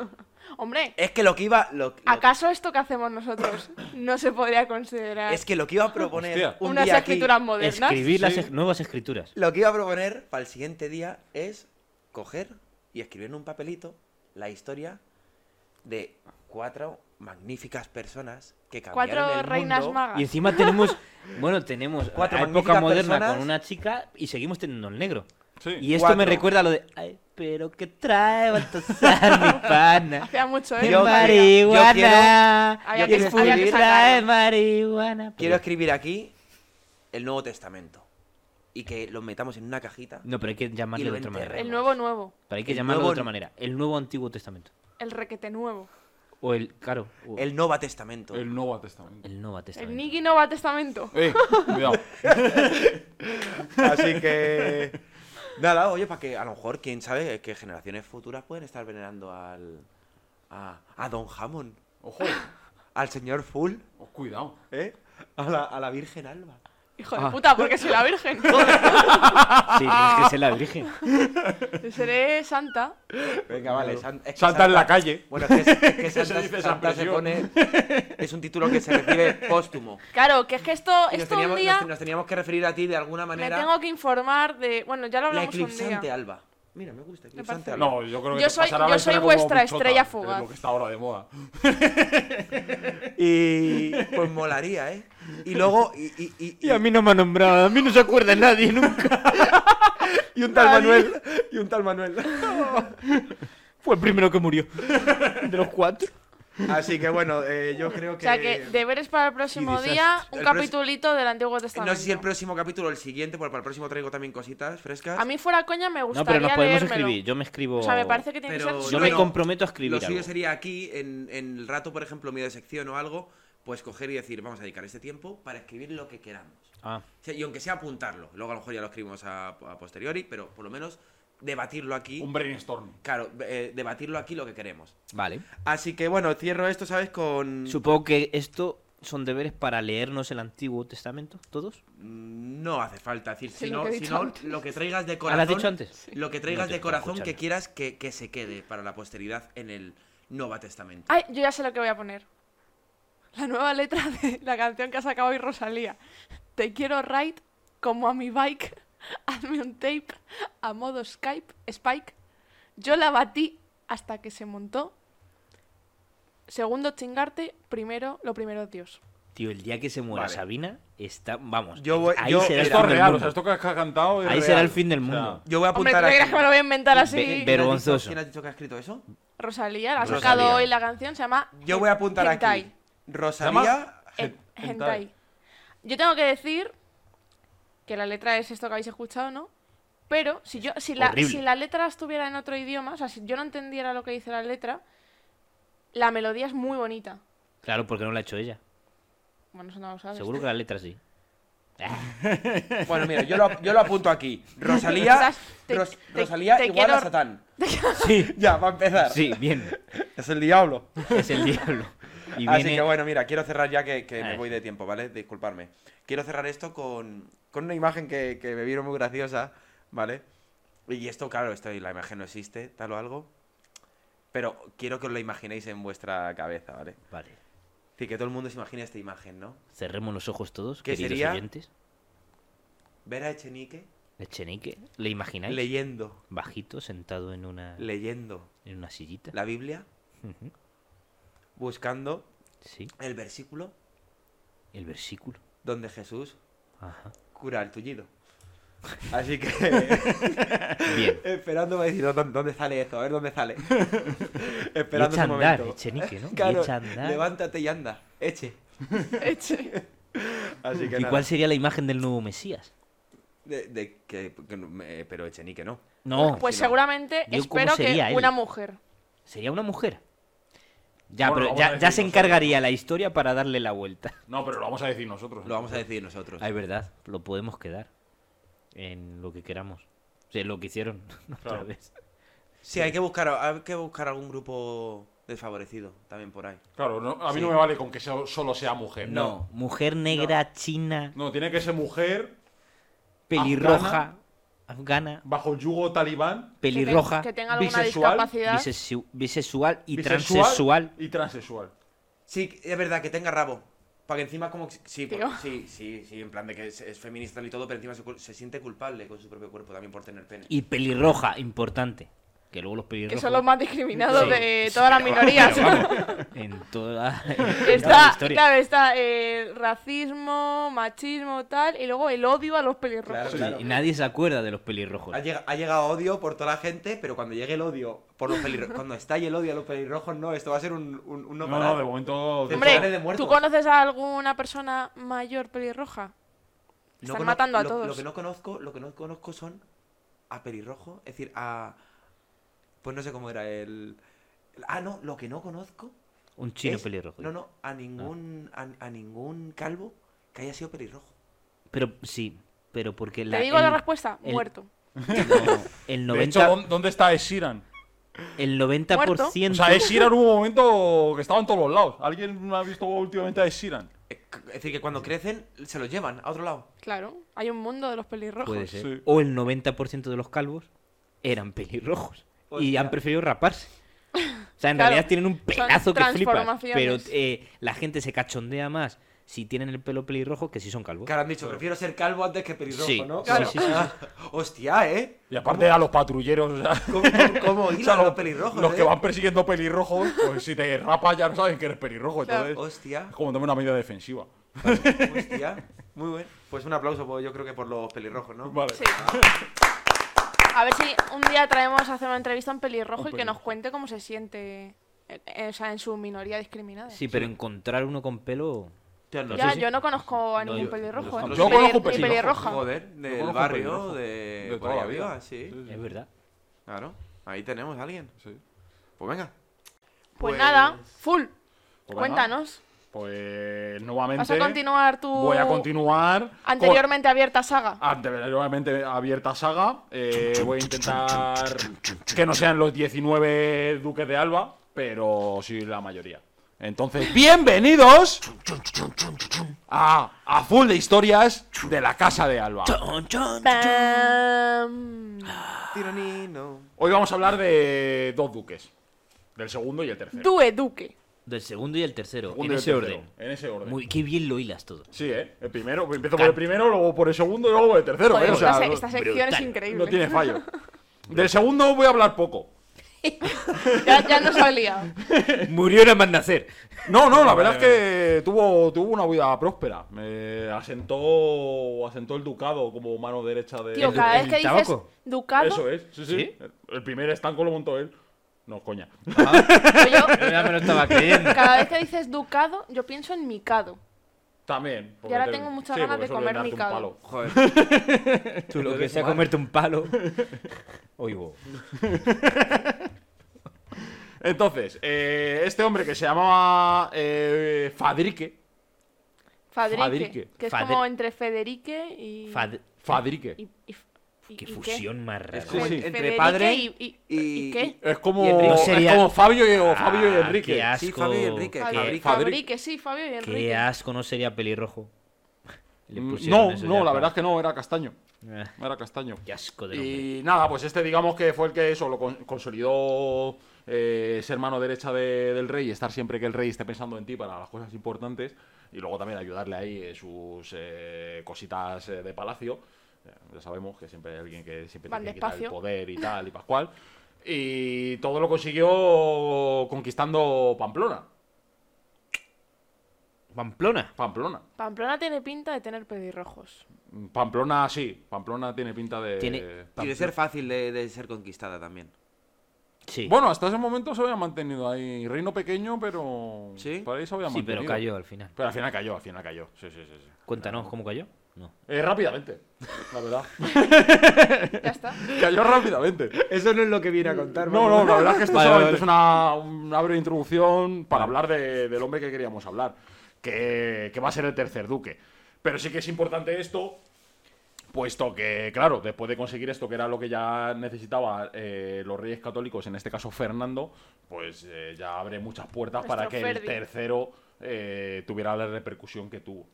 S2: Hombre,
S5: Es que lo que iba. Lo, lo-
S2: ¿acaso esto que hacemos nosotros no se podría considerar
S5: es que lo que iba a proponer.
S4: Hostia.
S5: un
S2: unas
S5: día aquí-
S2: escrituras modernas?
S3: Escribir las
S4: Sí.
S3: es- nuevas escrituras.
S5: Lo que iba a proponer para el siguiente día es coger y escribir en un papelito la historia de cuatro magníficas personas que cambiaron
S2: Cuatro
S5: el
S2: reinas
S5: mundo.
S2: magas.
S3: Y encima tenemos, bueno, tenemos
S5: Cuatro
S3: la época
S5: magníficas
S3: moderna
S5: personas.
S3: con una chica y seguimos teniendo el negro.
S4: Sí.
S3: Y esto
S5: Cuatro.
S3: me recuerda a lo de, ay, pero que trae Baltasar, mi pana.
S2: Hacía mucho, ¿eh?
S3: Qué
S5: Yo
S2: No sabía.
S5: quiero- yo
S3: marihuana.
S5: quiero-
S2: Había
S5: yo
S2: que,
S5: quiero
S2: había que
S5: escribir-
S2: sacarlo.
S3: Trae marihuana.
S5: Quiero escribir aquí el Nuevo Testamento y que lo metamos en una cajita.
S3: No, pero hay que
S5: Y
S3: llamarlo
S5: lo
S3: de otra manera.
S5: enterremos.
S2: El nuevo nuevo,
S3: Pero hay que
S5: El
S3: llamarlo
S5: nuevo-
S3: de otra manera. El nuevo Antiguo Testamento.
S2: el requete nuevo,
S3: O el, claro, o el,
S5: El Nova Testamento.
S4: El Nuevo Testamento.
S3: Nuevo Testamento.
S2: el Niki Nova Testamento.
S4: Eh, cuidado.
S5: Así que. Nada, oye, para que a lo mejor, quién sabe, que generaciones futuras pueden estar venerando al. a, a Don Hammond,
S4: Ojo,
S5: al señor Full,
S4: oh, cuidado.
S5: ¿eh? A la, a la Virgen Alba.
S2: Hijo
S5: Ah.
S2: de puta, porque soy la virgen.
S3: Sí, es que se la Virgen.
S2: Seré santa.
S5: Venga, vale. san- es que
S4: Salta en la calle.
S5: Bueno, es que, es que
S4: se
S5: Santa,
S4: dice esa
S5: Santa se
S4: expresión?
S5: pone. Es un título que se recibe póstumo.
S2: Claro, que es que esto,
S5: Y nos
S2: esto un
S5: teníamos,
S2: día
S5: nos, nos teníamos que referir a ti de alguna
S2: me
S5: manera.
S2: tengo que informar de... Bueno, ya lo
S5: la
S2: hablamos un día.
S5: eclipsante Alba. Mira, me gusta.
S2: Me parece
S5: eclipsante
S4: No, yo creo que
S2: Yo
S4: te
S2: soy-
S4: pasará la
S2: yo
S4: historia
S2: soy
S4: como
S2: vuestra
S4: Buchota,
S2: estrella
S4: que
S2: fugaz.
S4: Es lo que está ahora de moda.
S5: algo. Y pues molaría, ¿eh? Y luego... Y, y- y- y-
S3: no me ha nombrado, a mí no se acuerda nadie nunca.
S5: y un tal
S3: Nadie.
S5: Manuel. Y un tal Manuel.
S3: Fue el primero que murió. De los cuatro.
S5: Así que bueno, eh, yo creo
S2: O
S5: que...
S2: sea que deberes para el próximo
S5: desastre.
S2: día, un
S5: El próximo-
S2: capitulito del Antiguo Testamento.
S5: No sé si el próximo capítulo o el siguiente, porque para el próximo traigo también cositas frescas.
S2: A mí fuera coña me
S3: No,
S2: gustaría
S3: pero nos podemos
S2: leérmelo.
S3: escribir. Yo me escribo.
S2: O sea, me parece que tiene que ser
S5: Pero yo
S3: Yo
S2: súper-
S3: me
S5: no-
S3: comprometo a escribir
S5: Lo suyo
S3: algo.
S5: sería aquí, en, en el rato, por ejemplo, mío de sección o algo, pues coger y decir, vamos a dedicar este tiempo para escribir lo que queramos.
S3: Ah,
S5: O sea, y aunque sea apuntarlo, luego a lo mejor ya lo escribimos a, a posteriori, pero por lo menos debatirlo aquí.
S4: Un brainstorm.
S5: Claro, eh, debatirlo aquí lo que queremos.
S3: vale.
S5: Así que bueno, cierro esto, ¿sabes? Con.
S3: Supongo que esto son deberes para leernos el Antiguo Testamento, todos.
S5: No hace falta decir,
S2: Sí,
S5: si
S2: lo
S5: no,
S2: que he
S5: si
S2: dicho
S5: no,
S2: antes.
S5: lo que traigas de
S3: Ah,
S5: corazón.
S3: ¿lo has dicho antes?
S5: Lo que traigas
S3: No te
S5: de
S3: estaba
S5: corazón que
S3: escuchando.
S5: quieras que, que se quede para la posteridad en el Nuevo Testamento.
S2: Ay, yo ya sé lo que voy a poner. La nueva letra de la canción que ha sacado hoy Rosalía. Te quiero ride como a mi bike. Hazme un tape a modo Skype, Spike. Yo la batí hasta que se montó. Segundo, chingarte. Primero, lo primero, Dios.
S3: Tío, el día que se muera
S5: Vale.
S3: Sabina, está. Vamos.
S5: Yo voy-
S3: ahí
S5: yo-
S3: será el
S4: Esto
S3: fin
S4: es
S3: del
S4: real, o
S3: mundo.
S4: sea, esto que has cantado es
S3: Ahí será
S4: real.
S3: el fin del
S4: O sea,
S3: mundo.
S5: Yo voy a
S2: Hombre,
S5: apuntar
S2: ¿tú te
S5: aquí-
S2: crees que me lo voy a inventar así?
S3: Ve-
S5: ¿Quién ha dicho-
S3: vergonzoso.
S5: ¿Quién ha dicho que ha escrito eso?
S2: Rosalía, la ha
S5: Rosalía.
S2: sacado hoy la canción, se llama
S5: Yo voy a apuntar
S2: Hentai.
S5: aquí. Rosalía.
S2: Hen-
S4: Hentai.
S2: Eh, hentai. Yo tengo que decir que la letra es esto que habéis escuchado, ¿no? Pero si yo si la,
S3: Horrible.
S2: si la letra estuviera en otro idioma, o sea, si yo no entendiera lo que dice la letra, la melodía es muy bonita.
S3: Claro, porque no lo ha hecho ella.
S2: Bueno, eso no lo sabes.
S3: Seguro que la letra sí.
S5: Bueno, mira, yo lo, yo lo apunto aquí. Rosalía.
S2: Estás- te-
S5: Ros-
S2: te-
S5: Rosalía
S2: te
S5: igual a
S2: quiero-
S5: Satán.
S3: Sí,
S5: Ya, va a empezar.
S3: sí, bien.
S5: Es el diablo.
S3: Es el diablo. Y
S5: Así
S3: viene-
S5: que bueno, mira, quiero cerrar ya que, que
S3: A
S5: me
S3: ver.
S5: voy de tiempo, ¿vale? Disculparme. Quiero cerrar esto con, con una imagen que, que me vieron muy graciosa, ¿vale? Y esto, claro, esto, y la imagen no existe, tal o algo. Pero quiero que os lo imaginéis en vuestra cabeza, ¿vale?
S3: Vale.
S5: Así que todo el mundo se imagine esta imagen, ¿no?
S3: Cerremos los ojos todos,
S5: ¿Qué
S3: queridos
S5: sería?
S3: oyentes.
S5: Ver a Echenique
S3: Echenique, ¿le imagináis?
S5: leyendo,
S3: Bajito, sentado en una,
S5: leyendo
S3: en una sillita.
S5: la Biblia,
S3: Ujú.
S5: buscando
S3: Sí,
S5: el versículo
S3: el versículo.
S5: donde Jesús
S3: Ajá.
S5: cura el tullido. Así que...
S3: Bien.
S5: Esperando va a decir, "¿Dó- dó- ¿dónde sale eso? A ver dónde sale.
S3: Y
S5: Esperando
S3: echa a
S5: ese
S3: andar,
S5: momento.
S3: Echenique, ¿no? Y
S5: Claro,
S3: echa a andar.
S5: levántate y anda. Eche.
S2: Eche.
S5: Así que
S3: ¿Y
S5: nada.
S3: cuál sería la imagen del nuevo Mesías?
S5: De, de que, que no- me- pero Echenique no.
S3: No,
S2: Pues
S5: si no.
S2: seguramente
S3: Digo, ¿cómo
S2: espero que
S3: sería él?
S2: una mujer.
S3: sería una mujer. Ya,
S4: Bueno,
S3: pero
S4: vamos a decir
S3: ya, ya se
S4: nosotros.
S3: encargaría la historia para darle la vuelta.
S4: No, pero lo vamos a decir nosotros.
S5: Lo vamos a decir nosotros.
S3: Ah, es verdad, lo podemos quedar en lo que queramos. O sea, lo que hicieron otra
S4: Claro.
S3: vez.
S5: Sí, hay que buscar hay que buscar algún grupo desfavorecido también por ahí.
S4: Claro, no- a mí
S5: Sí.
S4: no me vale con que sea- solo sea mujer.
S3: No, mujer negra, china,
S4: No, tiene que ser mujer
S3: pelirroja, afgana,
S4: bajo yugo talibán,
S3: pelirroja,
S2: Que, te- que tenga alguna
S4: bisexual,
S2: discapacidad.
S3: bisexu- bisexual y
S4: bisexual
S3: transexual.
S4: y transexual.
S5: Sí, es verdad que tenga rabo. Para que encima como... que- Sí, por-
S2: Tío.
S5: sí, sí, sí, en plan de que es, es feminista y todo, pero encima se, cul- se siente culpable con su propio cuerpo también por tener pene.
S3: Y pelirroja, importante. Que luego los pelirrojos.
S2: Que son los más discriminados
S3: Sí,
S2: de
S3: sí,
S2: todas las
S3: pero
S2: minorías.
S3: vamos, pero vamos, en toda, en toda la
S2: Está,
S3: historia.
S2: claro, está eh, racismo, machismo, tal, y luego el odio a los
S5: Claro,
S2: pelirrojos.
S3: Sí,
S5: claro.
S3: y Nadie se acuerda de los pelirrojos.
S5: Ha llegado, ha llegado odio por toda la gente, pero cuando llegue el odio por los pelirrojos, cuando estalle el odio a los pelirrojos, no, esto va a ser un, un, un no
S4: No,
S5: parar.
S4: no, de momento.
S5: Sí.
S2: Hombre,
S5: Chavales de muertos.
S2: ¿tú conoces a alguna persona mayor pelirroja?
S5: No
S2: Están
S5: cono-
S2: matando a
S5: lo-
S2: todos.
S5: Lo que no conozco, lo que no conozco son a pelirrojo, es decir, a pues no sé cómo era el Ah, no, lo que no conozco
S3: Un chino
S5: es-
S3: pelirrojo. Ah.
S5: No, no, a ningún a, a ningún calvo que haya sido pelirrojo.
S3: Pero sí, pero porque la.
S2: Te digo
S3: el,
S2: la respuesta,
S3: el-
S2: muerto.
S3: no, el
S4: De hecho,
S3: 90%.
S4: ¿dó- ¿dónde está Esiran?
S3: el 90%.
S4: O sea, Esiran hubo un momento que estaba en todos los lados. ¿Alguien ha visto últimamente a Esiran?
S5: Eh, c- Es decir, que cuando crecen se los llevan a otro lado.
S2: Claro, hay un mundo de los pelirrojos.
S3: puede ser.
S4: sí.
S3: O el 90% de los calvos eran pelirrojos. y
S5: Hostia.
S3: han preferido raparse. O sea, en
S2: Claro,
S3: realidad tienen un pedazo que flipas. Pero
S2: transformaciones.
S3: eh, la gente se cachondea más si tienen el pelo pelirrojo que si son calvos.
S5: Que ahora han dicho, prefiero ser calvo antes que pelirrojo,
S3: Sí, sí,
S5: ¿no?
S3: Claro. sí, sí,
S5: Hostia, ¿eh?
S4: Y aparte a los patrulleros, o sea,
S5: ¿Cómo, cómo, cómo
S4: o
S5: hilan
S4: sea,
S5: los pelirrojos?
S4: los
S5: eh?
S4: que van persiguiendo pelirrojos, pues si te rapas ya no saben que eres pelirrojo.
S2: Claro.
S4: Entonces,
S5: Hostia,
S4: es como tomar una medida defensiva.
S5: hostia. Muy bueno. Pues un aplauso, pues, yo creo que por los pelirrojos, ¿no?
S4: Vale.
S2: Sí. A ver si un día traemos a hacer una entrevista a un pelirrojo
S4: Un
S2: y que nos
S4: pelirrojo.
S2: cuente cómo se siente eh, eh, o sea, en su minoría discriminada.
S3: Sí, pero encontrar uno con pelo.
S5: Hostia, no
S2: ya,
S5: sé si-
S2: yo no conozco a
S3: No,
S2: ningún
S3: yo-
S2: pelirrojo.
S5: yo
S2: ¿eh?
S5: conozco
S2: Ni-
S4: un
S2: ni
S4: pelirrojo.
S2: pelirroja.
S5: Joder,
S4: Yo
S5: del
S4: conozco
S5: barrio,
S4: pelirrojo.
S5: de,
S4: De
S5: por
S4: toda
S5: ahí
S4: la vida.
S5: arriba, sí.
S4: Sí,
S3: Es verdad.
S5: Claro, ahí tenemos a alguien.
S4: sí.
S5: Pues venga.
S2: Pues, nada, full.
S4: Pues
S2: Cuéntanos.
S4: nada, Pues nuevamente.
S2: ¿Vas a continuar tu
S4: Voy a Ah, continuar. con-
S2: anteriormente abierta saga?
S4: Anteriormente abierta saga. eh, voy a intentar que no sean los 19 duques de Alba, pero sí la mayoría. Entonces, bienvenidos a, a Full de Historias de la Casa de Alba.
S2: Pam.
S5: Tironino.
S4: Hoy vamos a hablar de dos duques, del segundo y el tercero.
S2: Due Duque.
S3: Del segundo y el tercero,
S4: Segundo
S3: en
S4: y el
S3: ese
S4: tercero,
S3: orden.
S4: En ese orden.
S3: Muy, qué bien lo hilas todo.
S4: Sí, ¿eh? El primero, empiezo por el primero, luego por el segundo y luego por el tercero,
S2: Joder,
S4: ¿eh? O sea,
S2: esta, se-
S4: no-
S2: esta sección es
S3: brutal.
S2: increíble.
S4: no tiene fallo. Del segundo voy a hablar poco.
S2: ya, ya nos ha liado.
S3: Murió nada más nacer.
S4: No, no, la verdad es que tuvo, tuvo una vida próspera. Me asentó, asentó el ducado como mano derecha de.
S2: Tío,
S3: El-
S2: cada
S3: el
S2: vez que dices
S3: tabaco.
S2: ducado,
S4: Eso es, sí, sí.
S3: ¿Sí?
S4: El primer estanco lo montó él. No, coña.
S2: pues yo,
S3: Ya me lo estaba creyendo.
S2: cada vez que dices ducado, yo pienso en micado.
S4: También. porque
S2: Y ahora
S4: te-
S2: tengo muchas
S4: sí,
S2: ganas
S4: porque
S2: de
S4: eso viene
S2: comer
S4: darte un
S2: micado.
S4: palo.
S5: Joder.
S3: Tú lo que
S5: Eres
S3: sea
S5: humano.
S3: comerte un palo. Oigo.
S4: Entonces, eh, este hombre que se llamaba eh, Fadrique.
S2: Fadrique.
S4: Fadrique.
S2: Que es
S3: Fader-
S2: como entre Federique y.
S3: Fad-
S4: Fadrique.
S2: y, y- y-
S3: Qué
S2: y
S3: fusión más rara.
S5: Es como
S4: Sí, sí.
S5: entre
S2: Federique
S5: padre
S2: y, y-
S5: y-
S2: y qué?
S4: Es
S5: Y
S4: como,
S5: Enrique.
S4: es
S3: Sería-
S4: como Fabio y, o
S3: Ah,
S4: Fabio y Enrique.
S3: Qué asco.
S5: Sí, Fabio y Enrique.
S3: Qué,
S2: Fadrique,
S4: Fadrique.
S2: Fabrique, sí, Fabio y
S3: qué
S2: Enrique.
S3: asco no sería pelirrojo. Le
S4: Mm,
S3: pusieron
S4: No,
S3: eso
S4: no, la
S3: ya para-
S4: verdad es que no, era castaño.
S3: Ah,
S4: Era castaño.
S3: Qué asco de hombre.
S4: Y nada, pues este digamos que fue el que eso lo con- consolidó eh, ser mano derecha de- del rey, estar siempre que el rey esté pensando en ti para las cosas importantes y luego también ayudarle ahí en sus eh, cositas eh, de palacio. Eh, Ya sabemos que siempre hay alguien que siempre
S2: Van
S4: quitar el
S2: despacio.
S4: poder y tal y pascual. Y todo lo consiguió conquistando Pamplona.
S3: Pamplona.
S4: Pamplona.
S2: Pamplona tiene pinta de tener pelirrojos.
S4: Pamplona sí, Pamplona tiene pinta de...
S3: Tiene-
S5: Y de ser fácil de, de ser conquistada también.
S3: Sí.
S4: Bueno, hasta ese momento se había mantenido ahí. Reino pequeño, pero.
S5: Sí.
S4: Por ahí se había
S3: sí,
S4: mantenido.
S3: pero cayó al final.
S4: Pero al final cayó, al final cayó. Sí, sí, sí. sí.
S3: Cuéntanos cómo cayó. No.
S4: Eh, rápidamente, la verdad.
S2: Ya está.
S4: cayó rápidamente.
S5: Eso no es lo que viene a contar.
S4: No, no, la verdad es que esto
S3: Vale,
S4: solamente
S3: vale.
S4: es una, una breve introducción para hablar de- del hombre que queríamos hablar, que, que va a ser el tercer duque. Pero sí que es importante esto, puesto que, claro, después de conseguir esto, que era lo que ya necesitaba eh, los reyes católicos, en este caso Fernando, pues eh, ya abre muchas puertas para que
S2: Nuestro
S4: el
S2: Ferdi.
S4: tercero eh, tuviera la repercusión que tuvo.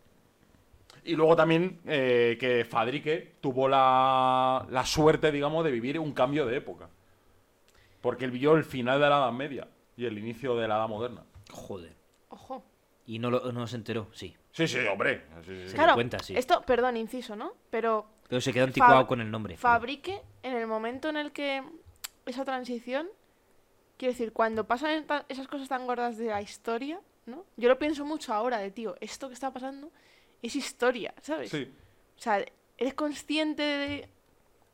S4: Y luego también eh, que Fadrique tuvo la, la suerte, digamos, de vivir un cambio de época. Porque él vio el final de la Edad Media y el inicio de la Edad Moderna.
S3: Joder.
S2: Ojo.
S3: Y no, lo, no se enteró, sí.
S4: Sí, sí, hombre. Sí, sí, sí.
S3: Se
S2: Claro,
S3: cuenta, sí.
S2: esto, perdón, inciso, ¿no? Pero
S3: Pero se quedó anticuado
S2: Fab-
S3: con el nombre.
S2: Fabrique, en el momento en el que esa transición, quiero decir, cuando pasan esta- esas cosas tan gordas de la historia, ¿no? Yo lo pienso mucho ahora de, tío, esto que está pasando es historia, ¿sabes?
S4: Sí.
S2: O sea, eres consciente de...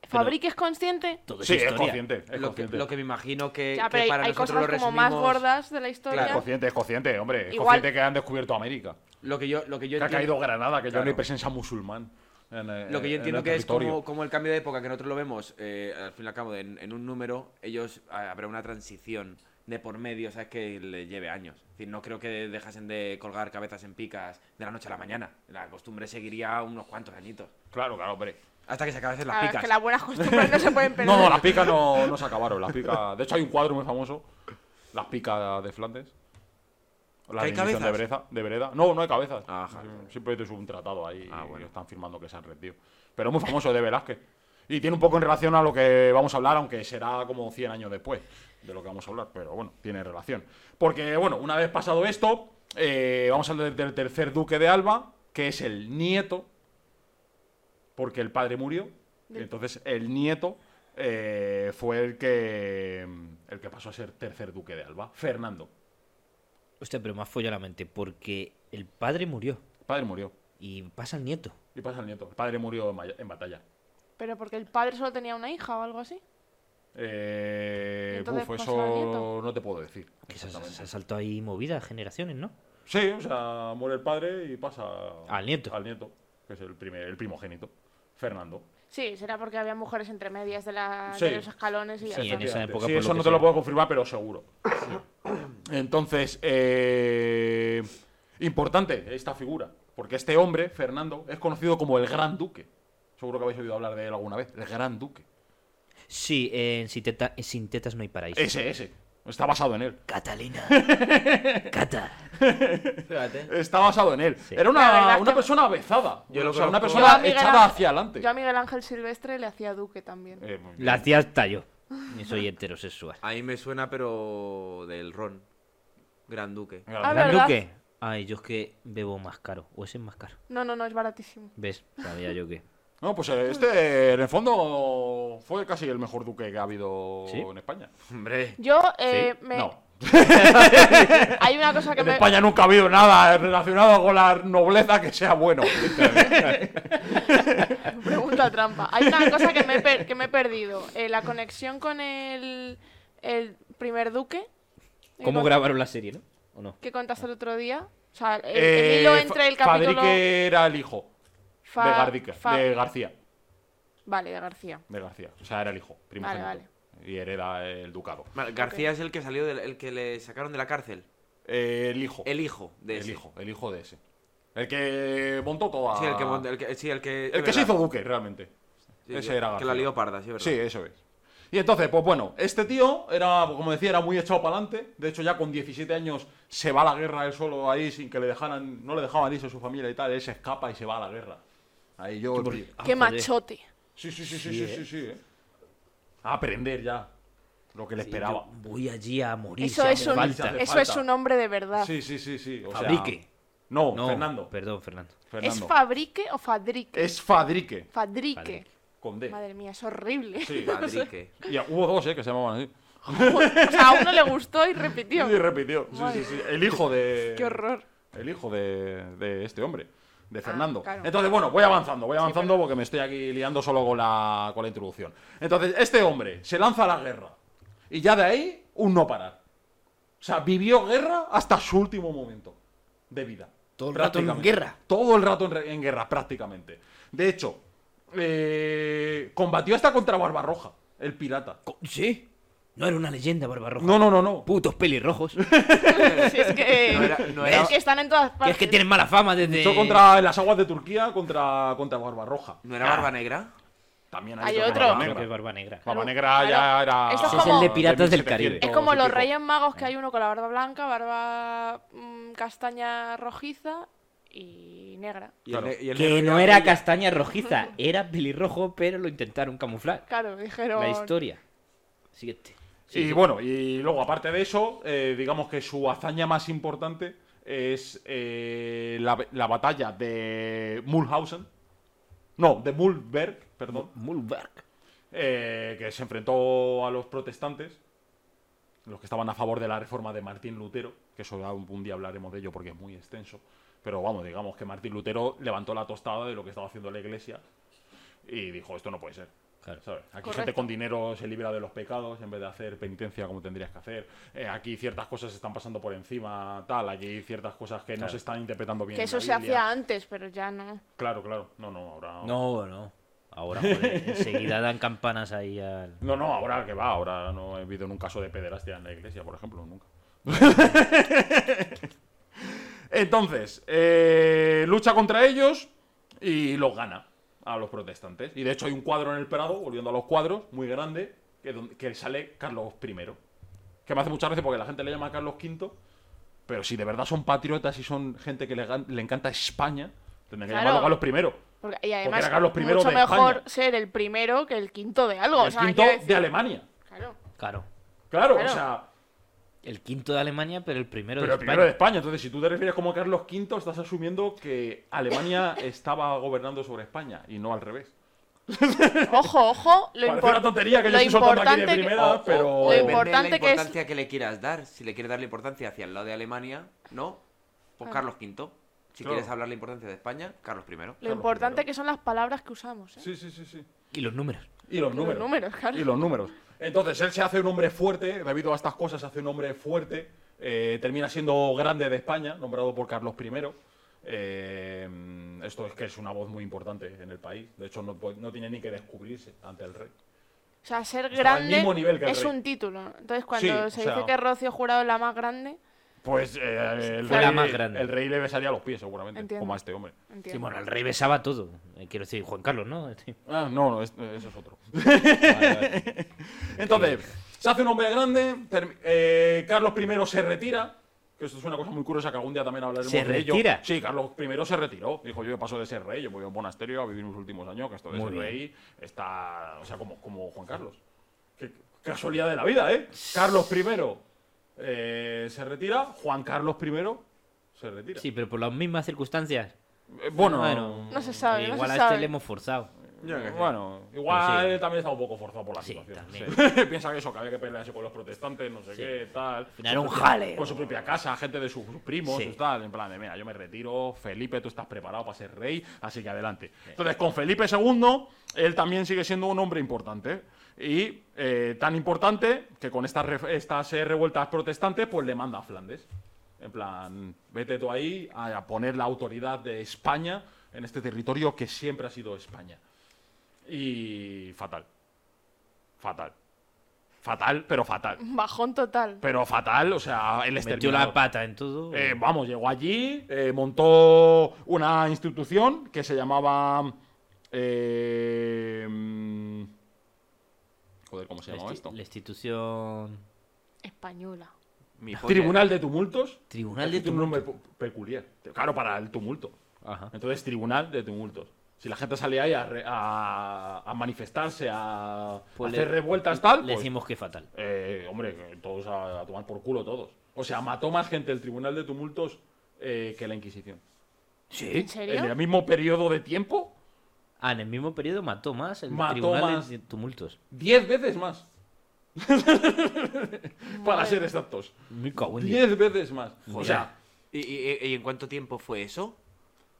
S2: Fabrique es consciente.
S3: Todo
S4: Sí, es
S3: es historia.
S4: consciente. Es
S5: Lo que,
S4: consciente.
S5: lo que me imagino que,
S2: Ya,
S5: que
S2: pero hay,
S5: para
S2: hay
S5: nosotros
S2: cosas
S5: lo
S2: como
S5: resumimos.
S2: más gordas de la historia.
S4: Es consciente, es consciente, hombre. Es
S2: Igual-
S4: consciente que han descubierto América.
S5: Lo que yo, lo que yo
S4: Que ha
S5: entiendo-
S4: caído Granada, que ya no hay
S5: Claro.
S4: presencia musulmán. en, eh,
S5: Lo que
S4: en el
S5: yo entiendo que es
S4: territorio.
S5: como, como el cambio de época que nosotros lo vemos, eh, al fin y al cabo, en, en un número, ellos ah, habrá una transición de por medio, ¿sabes? Que le lleve años. Es decir, no creo que dejasen de colgar cabezas en picas de la noche a la mañana. La costumbre seguiría unos cuantos añitos.
S4: Claro, claro, hombre.
S5: Hasta que se acabasen las
S2: Ah,
S5: picas.
S2: que las buenas costumbres no se pueden perder.
S4: No, no, las picas no, no se acabaron. Las picas. De hecho, hay un cuadro muy famoso. Las picas de Flandes. La
S5: ¿Que hay
S4: rendición de
S5: cabezas?
S4: Bereza, de Vereda. No, no hay cabezas.
S5: Ajá.
S4: Sí, Mm, Siempre es un tratado ahí.
S5: Ah,
S4: y
S5: bueno.
S4: Están firmando que se han rendido. Pero es muy famoso de Velázquez. Y tiene un poco en relación a lo que vamos a hablar, aunque será como 100 años después de lo que vamos a hablar. Pero bueno, tiene relación. Porque, bueno, una vez pasado esto, Eh, vamos a hablar del tercer duque de Alba, que es el nieto, porque el padre murió. Entonces el nieto eh, fue el que, mm, el que pasó a ser tercer duque de Alba, Fernando.
S3: Hostia, pero me ha follado la mente porque el padre murió
S4: El padre murió.
S3: y pasa el nieto.
S4: Y pasa el nieto. El padre murió en, maya- en batalla.
S2: Pero porque el padre solo tenía una hija o algo así.
S4: Eh,
S2: Entonces
S4: buf,
S2: pasó al
S4: eso
S2: nieto.
S4: no te puedo decir.
S3: Que se,
S4: exactamente.
S3: se ha saltado ahí movida generaciones, ¿no?
S4: Sí, o sea, muere el padre y pasa
S3: Al nieto.
S4: Al nieto, que es el, primer, el primogénito, Fernando.
S2: Sí, será porque había mujeres entre medias de, la,
S4: Sí.
S2: de los escalones y ya
S3: Sí, en
S2: está.
S3: esa
S4: Efectivamente.
S3: época,
S4: Sí,
S3: por
S4: eso
S3: lo
S4: no
S3: que
S4: te lo
S3: sea.
S4: puedo confirmar, pero seguro. Entonces, eh, importante esta figura, porque este hombre, Fernando, es conocido como el Gran Duque. Seguro que habéis oído hablar de él alguna vez, el Gran Duque.
S3: Sí, eh, en sin, teta- en sin tetas no hay paraíso.
S4: Ese, ese. Está basado en él.
S3: Catalina. Cata.
S5: Espérate.
S4: Está basado en él. Era
S2: La verdad
S4: una,
S2: es
S4: una
S2: que-
S4: persona avezada.
S5: Yo lo
S4: o sea, una
S5: conozco.
S2: Yo
S4: persona
S2: a Miguel
S4: echada
S2: Ángel-
S4: hacia adelante.
S2: Yo a Miguel Ángel Silvestre le hacía duque también.
S4: Eh,
S3: La tía hasta yo. Y soy heterosexual.
S5: A mí me suena, pero del ron. Gran Duque.
S2: Ah,
S3: ¿Gran
S2: ¿verdad?
S3: Duque? Ay, yo es que bebo más caro. O ese es más caro.
S2: No, no, no, es baratísimo.
S3: ¿Ves? Sabía yo que.
S4: No, pues eh, este, en el fondo, fue casi el mejor duque que ha habido
S3: ¿Sí?
S4: en España.
S5: Hombre.
S2: Yo eh, me...
S4: No.
S2: Hay una cosa que
S4: En
S2: me...
S4: España nunca ha habido nada relacionado con la nobleza que sea bueno.
S2: Pregunta trampa. Hay una cosa que me he, per- que me he perdido. Eh, la conexión con el, el primer duque. que
S3: ¿Cómo
S2: con-
S3: grabaron la serie, no? ¿O no?
S2: Que contaste el otro día. O sea, el, el
S4: Eh,
S2: hilo
S4: Fa-
S2: entre el capítulo...
S4: Fadrique era el hijo
S2: Fa-
S4: de, Gardica-
S2: Fa-
S4: de García.
S2: Vale, de García.
S4: De García. O sea, era el hijo. primogénito.
S2: Vale,
S4: Y hereda el ducado.
S5: Vale, García es el que salió, del- el que le sacaron de la cárcel.
S4: Eh, el hijo.
S5: El hijo de
S4: El
S5: ese.
S4: hijo. El hijo de ese. El que montó toda.
S5: Sí, el que, mont- el que, sí, el que, es
S4: El que se
S5: verdad.
S4: hizo duque, realmente.
S5: Sí,
S4: ese
S5: que-
S4: era
S5: Que la
S4: García.
S5: lió parda, sí, verdad.
S4: Sí, eso es. Y entonces, pues bueno, este tío era, como decía, era muy echado para adelante. De hecho, ya con 17 años se va a la guerra él solo ahí sin que le dejaran, no le dejaban irse a su familia y tal. Él se escapa y se va a la guerra. Ahí yo.
S3: Porque-
S2: Qué
S3: Ah, joder.
S2: machote.
S4: Sí, sí, sí, sí, sí, sí, sí, eh. A aprender ya lo que le
S3: Sí,
S4: esperaba.
S3: yo voy allí a morir.
S2: Eso
S3: si
S2: es
S3: hace
S2: un,
S3: falta.
S4: hace
S2: eso
S4: falta.
S2: es un hombre de verdad.
S4: Sí, sí, sí, sí. O sea,
S3: Fabrique.
S4: no,
S3: No,
S4: Fernando.
S3: Perdón, Fernando.
S2: ¿Es
S4: Fernando.
S2: Fabrique o Fadrique?
S4: Es Fadrique.
S2: Fadrique.
S3: Fadrique.
S4: Con D.
S2: Madre mía, es horrible.
S4: Sí.
S5: Padrique.
S4: Y hubo dos, eh, que se llamaban así.
S2: O sea, a uno le gustó y repitió.
S4: Y repitió. Sí, sí,
S2: Madre.
S4: sí. El hijo de.
S2: Qué horror. Ah,
S4: el hijo de, de este hombre, de Fernando.
S2: claro.
S4: Entonces, bueno, voy avanzando, voy avanzando porque me estoy aquí liando solo con la, con la introducción. Entonces, este hombre se lanza a la guerra y ya de ahí un no parar. O sea, vivió guerra hasta su último momento de vida.
S3: Todo el rato en
S4: Prácticamente.
S3: guerra.
S4: Todo el rato en, re- en guerra, prácticamente. De hecho, eh, combatió hasta contra Barbarroja, el pirata.
S3: Co- ¿Sí? No era una leyenda, Barbarroja.
S4: No, no, no, no.
S3: Putos pelirrojos.
S2: Si es que,
S5: No era- no era-
S2: es que están en todas partes.
S3: Que es que tienen mala fama desde.
S4: Luchó contra en las aguas de Turquía contra, contra Barbarroja.
S5: ¿No era Barba Negra?
S4: También
S2: Hay
S4: otra
S2: otro.
S4: Barba
S3: Creo
S4: Negra.
S3: que es Barba Negra.
S4: Barba
S2: Claro,
S4: Negra ya
S2: claro.
S4: era.
S2: Eso es Ese es como- el de
S3: Piratas del
S4: 1700
S3: Caribe.
S2: Es como
S4: y
S2: los
S4: pico.
S2: Reyes Magos, que hay uno con la barba blanca, barba mm, castaña rojiza y negra.
S5: Y el
S4: Claro.
S5: ne- y el
S3: Que
S5: negro
S3: no era
S5: brilla.
S3: castaña rojiza, era pelirrojo, pero lo intentaron camuflar.
S2: Claro, dijeron.
S3: La historia. Siguiente. Sí,
S4: Y
S3: sí.
S4: bueno, y luego, aparte de eso, eh, digamos que su hazaña más importante es eh, la, la batalla de Mulhausen. No, de Mulberg, perdón.
S3: Mulberg.
S4: eh, que se enfrentó a los protestantes, los que estaban a favor de la reforma de Martín Lutero, que eso ya un, un día hablaremos de ello porque es muy extenso, pero vamos, digamos que Martín Lutero levantó la tostada de lo que estaba haciendo la iglesia y dijo, esto no puede ser.
S3: Claro.
S4: ¿sabes? Aquí
S2: Correcto.
S4: gente con dinero se libra de los pecados en vez de hacer penitencia como tendrías que hacer. Eh, aquí ciertas cosas se están pasando por encima, tal. Aquí ciertas cosas que no
S3: Claro.
S4: se están interpretando bien.
S2: Que
S4: en
S2: eso
S4: la
S2: se
S4: Biblia.
S2: hacía antes, pero ya no.
S4: Claro, claro. No, no, ahora.
S3: No, no. Ahora, joder, enseguida dan campanas ahí al.
S4: No, no, ahora que va, ahora no he habido un caso de pederastia en la iglesia, por ejemplo, nunca. Entonces, eh, lucha contra ellos y los gana a los protestantes. Y de hecho hay un cuadro en el Prado, volviendo a los cuadros, muy grande, que, don- que sale Carlos I. Que me hace muchas veces porque la gente le llama Carlos V, pero si de verdad son patriotas y son gente que le, gan- le encanta España, tendrían que
S2: Claro.
S4: llamarlo Carlos I.
S2: Porque, y además,
S4: era Carlos I
S2: mucho
S4: de
S2: mejor
S4: España.
S2: ser el primero que el quinto de algo. o
S4: el
S2: sea,
S4: quinto
S2: quiero decir-
S4: de Alemania.
S2: Claro.
S3: Claro.
S4: Claro, o
S2: Claro.
S4: sea,
S3: El quinto de Alemania, pero el
S4: Pero
S3: primero de
S4: el
S3: España.
S4: primero de España. Entonces, si tú te refieres como a Carlos V, estás asumiendo que Alemania estaba gobernando sobre España y no al revés.
S2: Ojo, ojo, lo,
S4: Parece
S2: impor-
S4: una tontería que yo
S2: lo
S4: estoy soltando aquí de
S2: importante que-
S4: primera,
S5: O- o-
S4: pero...
S5: o
S2: Lo
S5: depende de
S2: importante que
S5: la
S2: es-
S5: importancia que, le quieras dar. Si le quieres darle importancia hacia el lado de Alemania, no. Pues Carlos V. Si
S4: Claro.
S5: quieres hablar la importancia de España, Carlos I.
S2: Ah. lo importante que son las palabras que usamos. ¿eh?
S4: Sí, sí, sí, sí.
S3: Y los números.
S4: Y los
S2: Los
S4: números.
S2: números, claro.
S4: Y los números. Entonces, él se hace un hombre fuerte, debido a estas cosas se hace un hombre fuerte, eh, termina siendo grande de España, nombrado por Carlos I. Eh, esto es que es una voz muy importante en el país. De hecho, no, pu- no tiene ni que descubrirse ante el rey.
S2: O sea, ser
S4: Estaba al
S2: grande
S4: mismo nivel que el
S2: es
S4: rey.
S2: un título. Entonces,
S4: Sí,
S2: cuando
S4: o
S2: se
S4: sea-
S2: dice que Rocío Jurado es la más grande,
S4: Pues eh, el,
S3: Fue la
S4: rey,
S3: más grande.
S4: el rey le besaría los pies, seguramente,
S2: Entiendo.
S4: como a este hombre.
S2: entiendo.
S3: Sí, bueno, el rey besaba todo. Eh, Quiero decir, Juan Carlos, ¿no? Este-
S4: Ah, no, no, es- eso es otro.
S3: Vale, vale.
S4: Entonces, se hace un hombre grande, term- eh, Carlos I se retira, que esto es una cosa muy curiosa que algún día también hablaremos
S3: ¿Se
S4: de ello.
S3: retira?
S4: Sí, Carlos I se retiró, dijo yo paso de ser rey, yo voy a un monasterio a vivir mis últimos años, que esto de
S3: Muy
S4: ser
S3: bien.
S4: rey está, o sea, como, como Juan Carlos. Qué casualidad de la vida, ¿eh? Carlos I eh, se retira, Juan Carlos I se retira.
S3: Sí, pero por las mismas circunstancias.
S4: Eh, bueno,
S3: Bueno.
S2: No se sabe,
S4: Eh,
S2: no se
S3: Igual a
S2: sabe.
S3: este le hemos forzado.
S5: Yo qué sé.
S4: Bueno, igual
S3: Pero sí.
S4: también está un poco forzado por la
S3: Sí,
S4: situación.
S3: también.
S4: sí. Piensa que eso, que había que pelearse con los protestantes, no sé qué, tal. pues,
S3: final era un jaleo.
S4: Con su propia casa, gente de sus primos,
S3: Sí.
S4: sus tal. En plan de, mira, yo me retiro, Felipe, tú estás preparado para ser rey, así que adelante. Entonces, con Felipe II, él también sigue siendo un hombre importante. Y eh, tan importante que con estas, ref- estas eh, revueltas protestantes, pues le manda a Flandes. En plan, vete tú ahí a a poner la autoridad de España en este territorio que siempre ha sido España. Y fatal. Fatal. Fatal, pero fatal.
S2: Un Bajón total.
S4: Pero fatal, o sea, el
S3: Metió
S4: exterminador.
S3: la pata en todo.
S4: Eh, vamos, llegó allí, eh, montó una institución que se llamaba... eh, mm, joder, ¿cómo se
S3: la,
S4: llamaba
S3: insti-
S4: esto?
S3: la institución.
S2: Española.
S5: Mi joya.
S4: Tribunal de Tumultos.
S3: Tribunal
S4: Esto
S3: de
S4: tiene un nombre pe- peculiar. Claro, para el tumulto.
S3: Ajá.
S4: Entonces, tribunal de tumultos. Si la gente sale ahí a, re- a- a manifestarse, a
S3: Pues le-
S4: hacer revueltas, tal,
S3: Le
S4: pues,
S3: decimos que fatal.
S4: eh, hombre, que todos a, a tomar por culo todos. O sea, mató más gente el tribunal de tumultos eh, que la Inquisición.
S3: ¿Sí?
S2: ¿En serio?
S4: En ¿Eh? el mismo periodo de tiempo,
S3: Ah, en el mismo periodo mató más el
S4: Mató
S3: Tribunal
S4: más.
S3: de Tumultos.
S4: 10 veces más. Para
S2: Madre
S4: ser
S2: mía.
S4: exactos.
S3: Me cago en
S4: 10 veces más. O
S5: Joder.
S4: sea,
S5: ¿Y, y- y- y en cuánto tiempo fue eso?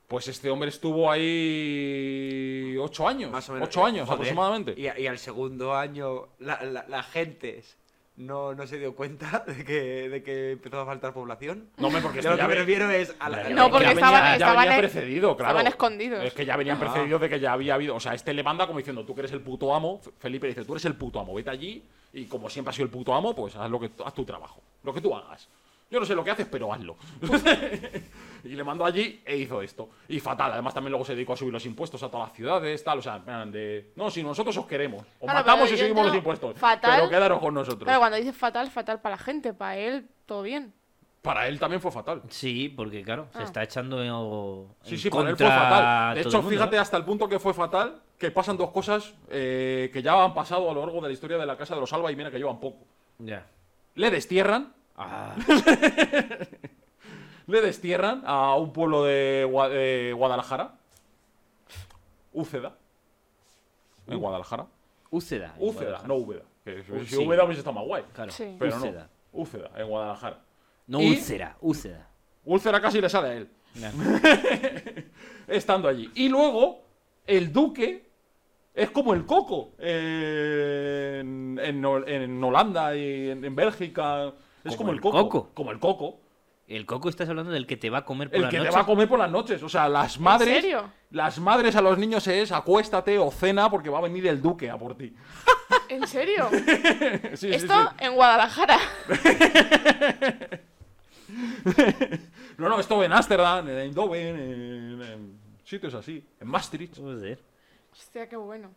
S4: pues este hombre estuvo ahí 8 años.
S5: Más o menos. eh,
S4: 8 años
S5: Joder.
S4: aproximadamente.
S5: Y, a- y al segundo año, la, la- la gente no, no se dio cuenta de que, de que empezó a faltar población.
S4: No, hombre, porque esto
S5: Yo lo que
S4: ya
S5: me
S4: ve-
S5: refiero es a
S3: No,
S5: la.
S4: Ya
S2: porque
S4: venía-
S2: estaban-
S4: ya
S2: estaban
S4: venía
S2: es-
S4: precedido, claro.
S2: estaban escondidos.
S4: Es que ya venían
S5: Ah.
S4: precedidos de que ya había habido. O sea, este le manda como diciendo, tú que eres el puto amo. F- Felipe dice, tú eres el puto amo, vete allí. Y como siempre has sido el puto amo, pues haz, lo que, haz tu trabajo. Lo que tú hagas. Yo no sé lo que haces, pero hazlo. y le mandó allí e hizo esto. Y fatal. Además, también luego se dedicó a subir los impuestos a todas las ciudades, tal. O sea, en plan de. No, si nosotros os queremos. Os
S2: Claro,
S4: matamos
S2: pero
S4: y
S2: yo
S4: seguimos los
S2: entiendo-
S4: impuestos.
S2: fatal.
S4: Pero quedaros con nosotros.
S2: Claro, cuando dices fatal, fatal para la gente. Para él, todo bien.
S4: Para él también fue fatal.
S3: Sí, porque claro, se
S2: Ah.
S3: está echando en, o-
S4: Sí,
S3: en
S4: sí, para
S3: contra
S4: él fue fatal. De
S3: todo
S4: hecho,
S3: el mundo,
S4: fíjate
S3: ¿no?
S4: hasta el punto que fue fatal que pasan dos cosas eh, que ya han pasado a lo largo de la historia de la Casa de los Alba y mira que llevan poco.
S3: Ya.
S4: Le destierran,
S3: Ah,
S4: le destierran a un pueblo de, Gua- de Guadalajara. Úceda. En Guadalajara.
S3: Úceda. Uh. en
S4: Úceda,
S3: Guadalajara.
S4: no Úbeda. que
S3: Ú-
S4: si
S3: sí.
S4: Úbeda hubiese estado más guay.
S3: Claro.
S2: Sí.
S4: Pero
S3: Úceda.
S4: no. Úceda, en Guadalajara.
S3: No,
S4: Y-
S3: Úceda, Úceda.
S4: Úlcera casi le sale a él.
S3: Ya.
S4: estando allí. Y luego, el duque es como el coco en, en Hol- en Holanda y en, en Bélgica. Es
S3: Como
S4: como el
S3: el
S4: coco,
S3: coco.
S4: Como el coco.
S3: El coco estás hablando del que te va a comer por
S4: El
S3: la
S4: que
S3: noche.
S4: te va a comer por las noches. O sea, las madres.
S2: serio?
S4: Las madres a los niños es acuéstate o cena porque va a venir el duque a por ti.
S2: ¿En serio?
S4: Sí, sí,
S2: Esto
S4: sí.
S2: en Guadalajara.
S4: No, no, esto en Ámsterdam, en Eindhoven, en, en sitios así. En Maastricht.
S3: Joder.
S2: Hostia, qué bueno.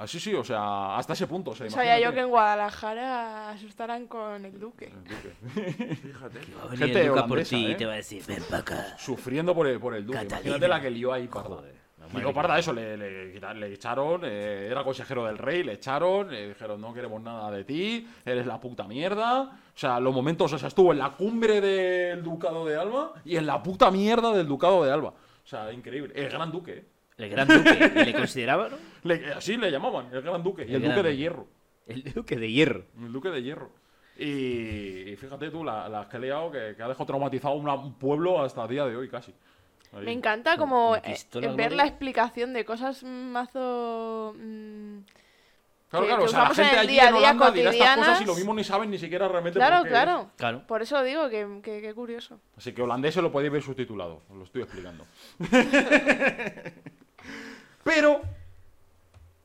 S4: Así sí, o sea, hasta ese punto. o sea,
S2: Sabía yo
S4: imagínate.
S2: que en Guadalajara asustaran con el duque.
S3: Va a venir
S4: Gente
S3: el Luca por
S4: holandesa,
S3: ti
S4: ¿eh?
S3: y te va a decir, ven pa' acá.
S4: sufriendo por el, por el duque.
S3: Catalina.
S4: Imagínate la que lió ahí, parda.
S3: Joder, no madre
S4: Digo,
S3: que-
S4: parda, eso, le, le quita- le echaron, eh, era consejero del rey, le echaron, le dijeron, no queremos nada de ti, eres la puta mierda. O sea, los momentos, o sea, estuvo en la cumbre del ducado de Alba y en la puta mierda del ducado de Alba. O sea, increíble. El gran duque, ¿eh?
S3: El gran duque, que le consideraba, ¿no?
S4: Le- así le llamaban, el gran duque. Y
S3: El
S4: el
S3: gran
S4: duque de
S3: duque.
S4: hierro.
S3: El duque de hierro.
S4: El duque de hierro. Y, y fíjate tú, la- las que he liado, que, que ha dejado traumatizado una- un pueblo hasta el día de hoy casi. Ahí.
S2: Me encanta como
S3: Con
S2: eh,
S3: pistola al
S2: ver
S3: borde.
S2: la explicación de cosas mazo... mm,
S4: Claro,
S2: que-
S4: claro,
S2: que
S4: o sea, la
S2: usamos en
S4: gente
S2: el
S4: allí
S2: día a
S4: en
S2: día
S4: Holanda dirá estas cosas y
S2: cotidianas.
S4: lo mismo ni saben ni siquiera realmente
S2: Claro,
S4: por qué.
S2: claro.
S3: Claro.
S2: Por eso digo que, que, que curioso.
S4: Así que holandés lo podéis ver subtitulado, os lo estoy explicando. Pero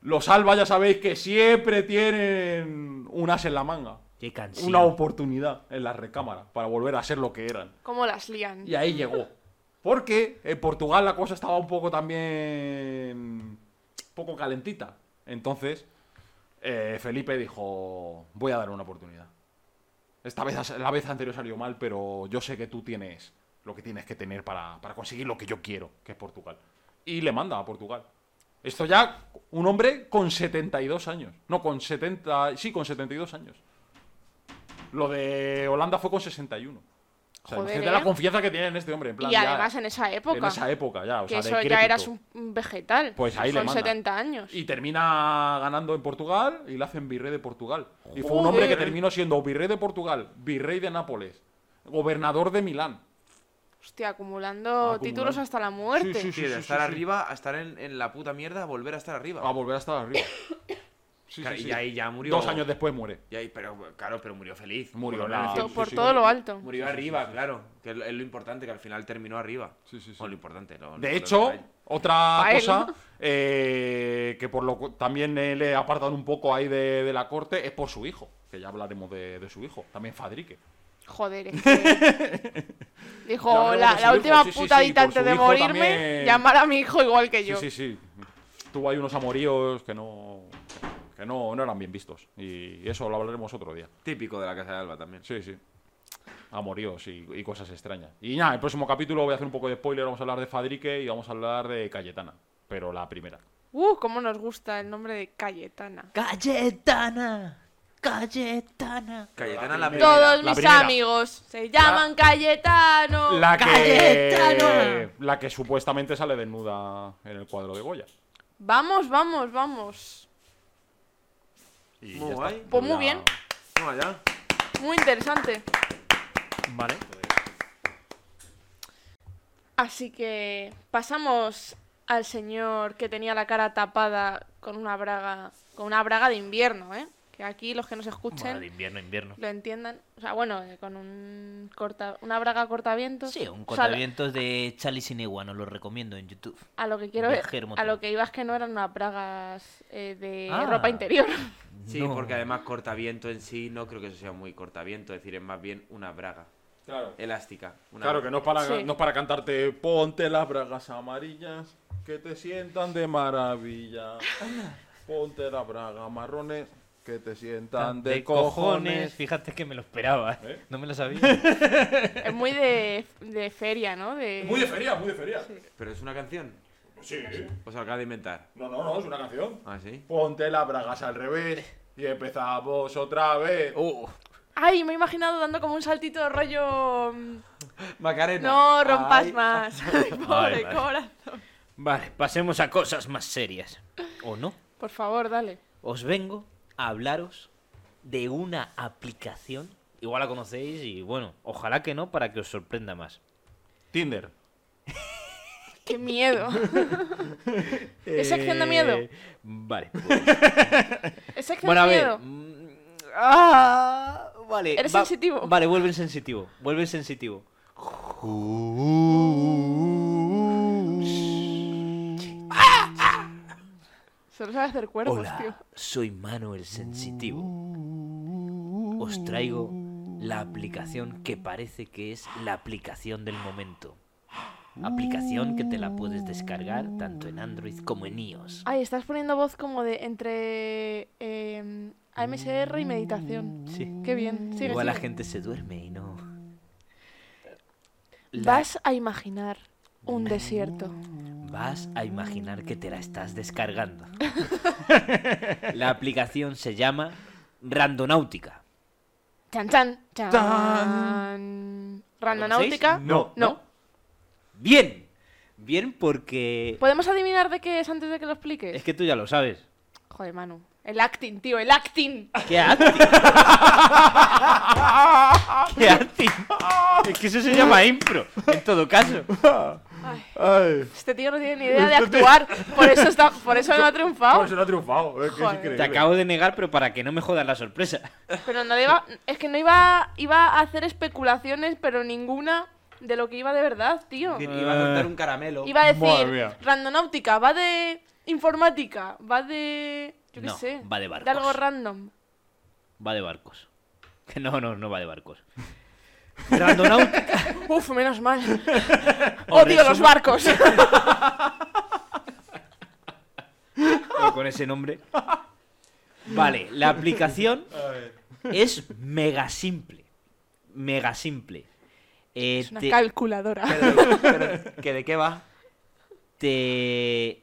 S4: los Alba ya sabéis que siempre tienen un as en la manga,
S3: Qué cansino.
S4: una oportunidad en la recámara para volver a ser lo que eran.
S2: Cómo las lían.
S4: Y ahí llegó. Porque en Portugal la cosa estaba un poco también. un poco calentita. Entonces, eh, Felipe dijo: Voy a dar una oportunidad. Esta vez, la vez anterior salió mal, pero yo sé que tú tienes lo que tienes que tener para, para conseguir lo que yo quiero, que es Portugal. Y le manda a Portugal. Esto ya, un hombre con 72 años. No, con 70. Sí, con 72 años. Lo de Holanda fue con 61. O sea,
S2: Joder,
S4: imagínate
S2: ¿eh?
S4: la confianza que tiene en este hombre. En plan,
S2: Y
S4: ya-
S2: además en esa época.
S4: en esa época, ya. O
S2: que
S4: sea,
S2: eso ya
S4: decrépito.
S2: eras un un vegetal.
S4: Pues ahí le
S2: Con
S4: manda.
S2: 70 años.
S4: Y termina ganando en Portugal y le hacen virrey de Portugal. Y fue un hombre que
S2: Joder.
S4: terminó siendo virrey de Portugal, virrey de Nápoles, gobernador de Milán.
S2: Hostia, acumulando
S4: Acumulando.
S2: títulos hasta la muerte.
S4: Sí, sí,
S5: Sí, de
S4: sí,
S5: estar
S4: sí, sí.
S5: arriba a estar en, en la puta mierda a volver a estar arriba.
S4: A volver hasta arriba. Sí,
S5: Claro,
S4: sí, sí.
S5: Y ahí ya murió.
S4: Dos años después muere.
S5: Y ahí, pero, claro, pero murió feliz.
S4: Murió
S5: Por lo
S4: la-
S5: menos
S2: To-
S5: decir,
S2: Por
S4: sí,
S2: todo
S4: sí.
S2: lo alto.
S5: Murió arriba, claro. Que es lo, es lo importante, que al final terminó arriba.
S4: Sí, sí, sí.
S5: Bueno, lo importante. lo- lo-
S4: De hecho,
S5: lo-
S4: otra
S2: Pa' él,
S4: cosa
S2: ¿no?
S4: eh, que por lo cu- también eh, le apartan un poco ahí de, de la corte es por su hijo, que ya hablaremos de, de su hijo, también Fadrique.
S2: Joder. es que-
S4: Ya
S2: Dijo,
S4: hablaremos
S2: la,
S4: de
S2: la
S4: su
S2: última
S4: hijo, sí, sí, sí,
S2: putadita
S4: por su
S2: antes de
S4: hijo
S2: morirme,
S4: también.
S2: llamar a mi hijo igual que
S4: Sí,
S2: yo.
S4: sí, sí. Tuvo ahí unos amoríos que no que no, no eran bien vistos y eso lo hablaremos otro día.
S5: Típico de la Casa de Alba también.
S4: Sí, sí. Amoríos y, y cosas extrañas. Y nada, el próximo capítulo voy a hacer un poco de spoiler, vamos a hablar de Fadrique y vamos a hablar de Cayetana, pero la primera.
S2: Uh, cómo nos gusta el nombre de Cayetana.
S6: Cayetana, Cayetana.
S5: Cayetana la primera.
S2: Todos
S4: la
S2: mis
S4: primera.
S2: amigos se llaman Cayetano.
S4: La que,
S6: ¡Cayetana!
S4: la que supuestamente sale desnuda en el cuadro de Goya.
S2: Vamos, vamos, vamos.
S4: Y
S5: Muy
S4: ya
S5: guay.
S4: está.
S2: Pues muy
S4: La-
S2: bien.
S5: Toma allá.
S2: Muy interesante.
S3: Vale.
S2: Así que pasamos al señor que tenía la cara tapada con una braga, con una braga de invierno, ¿eh? Que aquí los que nos
S3: Bueno, de
S2: escuchen
S3: invierno, invierno.
S2: lo entiendan. O sea, bueno, eh, con un corta, una braga cortavientos.
S3: Sí, un
S2: O sea, lo-
S3: cortavientos de Charlie Sinewan, os lo recomiendo en YouTube.
S2: a lo que quiero
S3: Viajer
S2: a
S3: motor.
S2: lo que ibas que no eran unas bragas eh, de
S3: Ah.
S2: ropa interior.
S5: Sí,
S3: No.
S5: porque además cortaviento en sí no creo que eso sea muy cortaviento. Es decir, es más bien una braga
S4: Claro.
S5: elástica. una
S4: Claro que no es, para,
S2: Sí.
S4: no es para cantarte Ponte las bragas amarillas que te sientan de maravilla. Ponte las bragas marrones que te sientan de, cojones.
S3: Fíjate que me lo esperaba.
S4: ¿Eh?
S3: No me lo sabía.
S2: es muy de, de feria, ¿no? De,
S4: Muy de feria, muy de feria.
S5: Pero es una canción.
S4: Sí.
S5: O se acaba de inventar.
S4: No, no, no, es una canción.
S5: Ah, sí.
S4: Ponte las bragas al revés y empezamos otra vez.
S3: Uh.
S2: Ay, me he imaginado dando como un saltito de rollo. mm,
S5: Macarena.
S2: No rompas
S5: Ay.
S2: más. Ay,
S3: Ay,
S2: pobre
S3: vale.
S2: corazón.
S3: Vale, pasemos a cosas más serias. ¿O no?
S2: Por favor, dale.
S3: Os vengo a hablaros de una aplicación. Igual la conocéis y bueno, ojalá que no para que os sorprenda más.
S4: Tinder.
S2: Qué miedo. ¿Es sección de miedo?
S3: Eh, Vale.
S2: Es sección
S3: Bueno, a
S2: de
S3: ver.
S2: miedo.
S3: mm, ah, vale.
S2: Eres sensitivo.
S3: Vale, vuelve el sensitivo. Vuelve el sensitivo.
S2: Solo sabe hacer cuerpos, tío.
S3: Hola, soy Manuel Sensitivo. Os traigo la aplicación que parece que es la aplicación del momento. Aplicación que te la puedes descargar tanto en Android como en iOS.
S2: Ay, estás poniendo voz como de entre eh, AMSR y meditación.
S3: Sí.
S2: Qué bien. Sigue,
S3: Igual la
S2: sigue.
S3: gente se duerme y no. La-
S2: Vas a imaginar un desierto.
S3: Vas a imaginar que te la estás descargando. la aplicación se llama Randonáutica.
S2: Chan, chan, chan.
S3: ¿Lo
S2: Randonáutica.
S3: conocéis? No.
S2: No.
S3: Bien. Bien porque...
S2: ¿Podemos adivinar de qué es antes de que lo expliques?
S3: Es que tú ya lo sabes.
S2: Joder, Manu. El acting, tío, el acting.
S3: ¡Qué acting! ¡Qué acting! Es que eso se llama impro, en todo caso.
S2: Este tío no tiene ni idea de actuar. Por eso, está, por eso no ha
S4: No,
S2: triunfado.
S4: eso no ha triunfado. Es que es
S2: Joder.
S4: increíble.
S3: Te acabo de negar, pero para que no me jodas la sorpresa.
S2: Pero no le iba. Es que no iba, iba a hacer especulaciones, pero ninguna de lo que iba de verdad, tío.
S5: Iba a soltar un caramelo.
S2: Iba a
S4: Madre
S2: decir,
S4: mía.
S2: randonáutica, va de informática, va de... Yo qué
S3: No,
S2: sé.
S3: va de barcos.
S2: algo random.
S3: Va de barcos. Que No, no, no va de barcos. Randonáutica.
S2: Uf, menos mal.
S3: Os
S2: Odio los
S3: resumo-
S2: barcos.
S3: o eh, con ese nombre. Vale, la aplicación es mega simple. Mega simple. Eh,
S2: es una
S3: te-
S2: calculadora.
S5: Pero, pero, ¿que ¿De qué va?
S3: te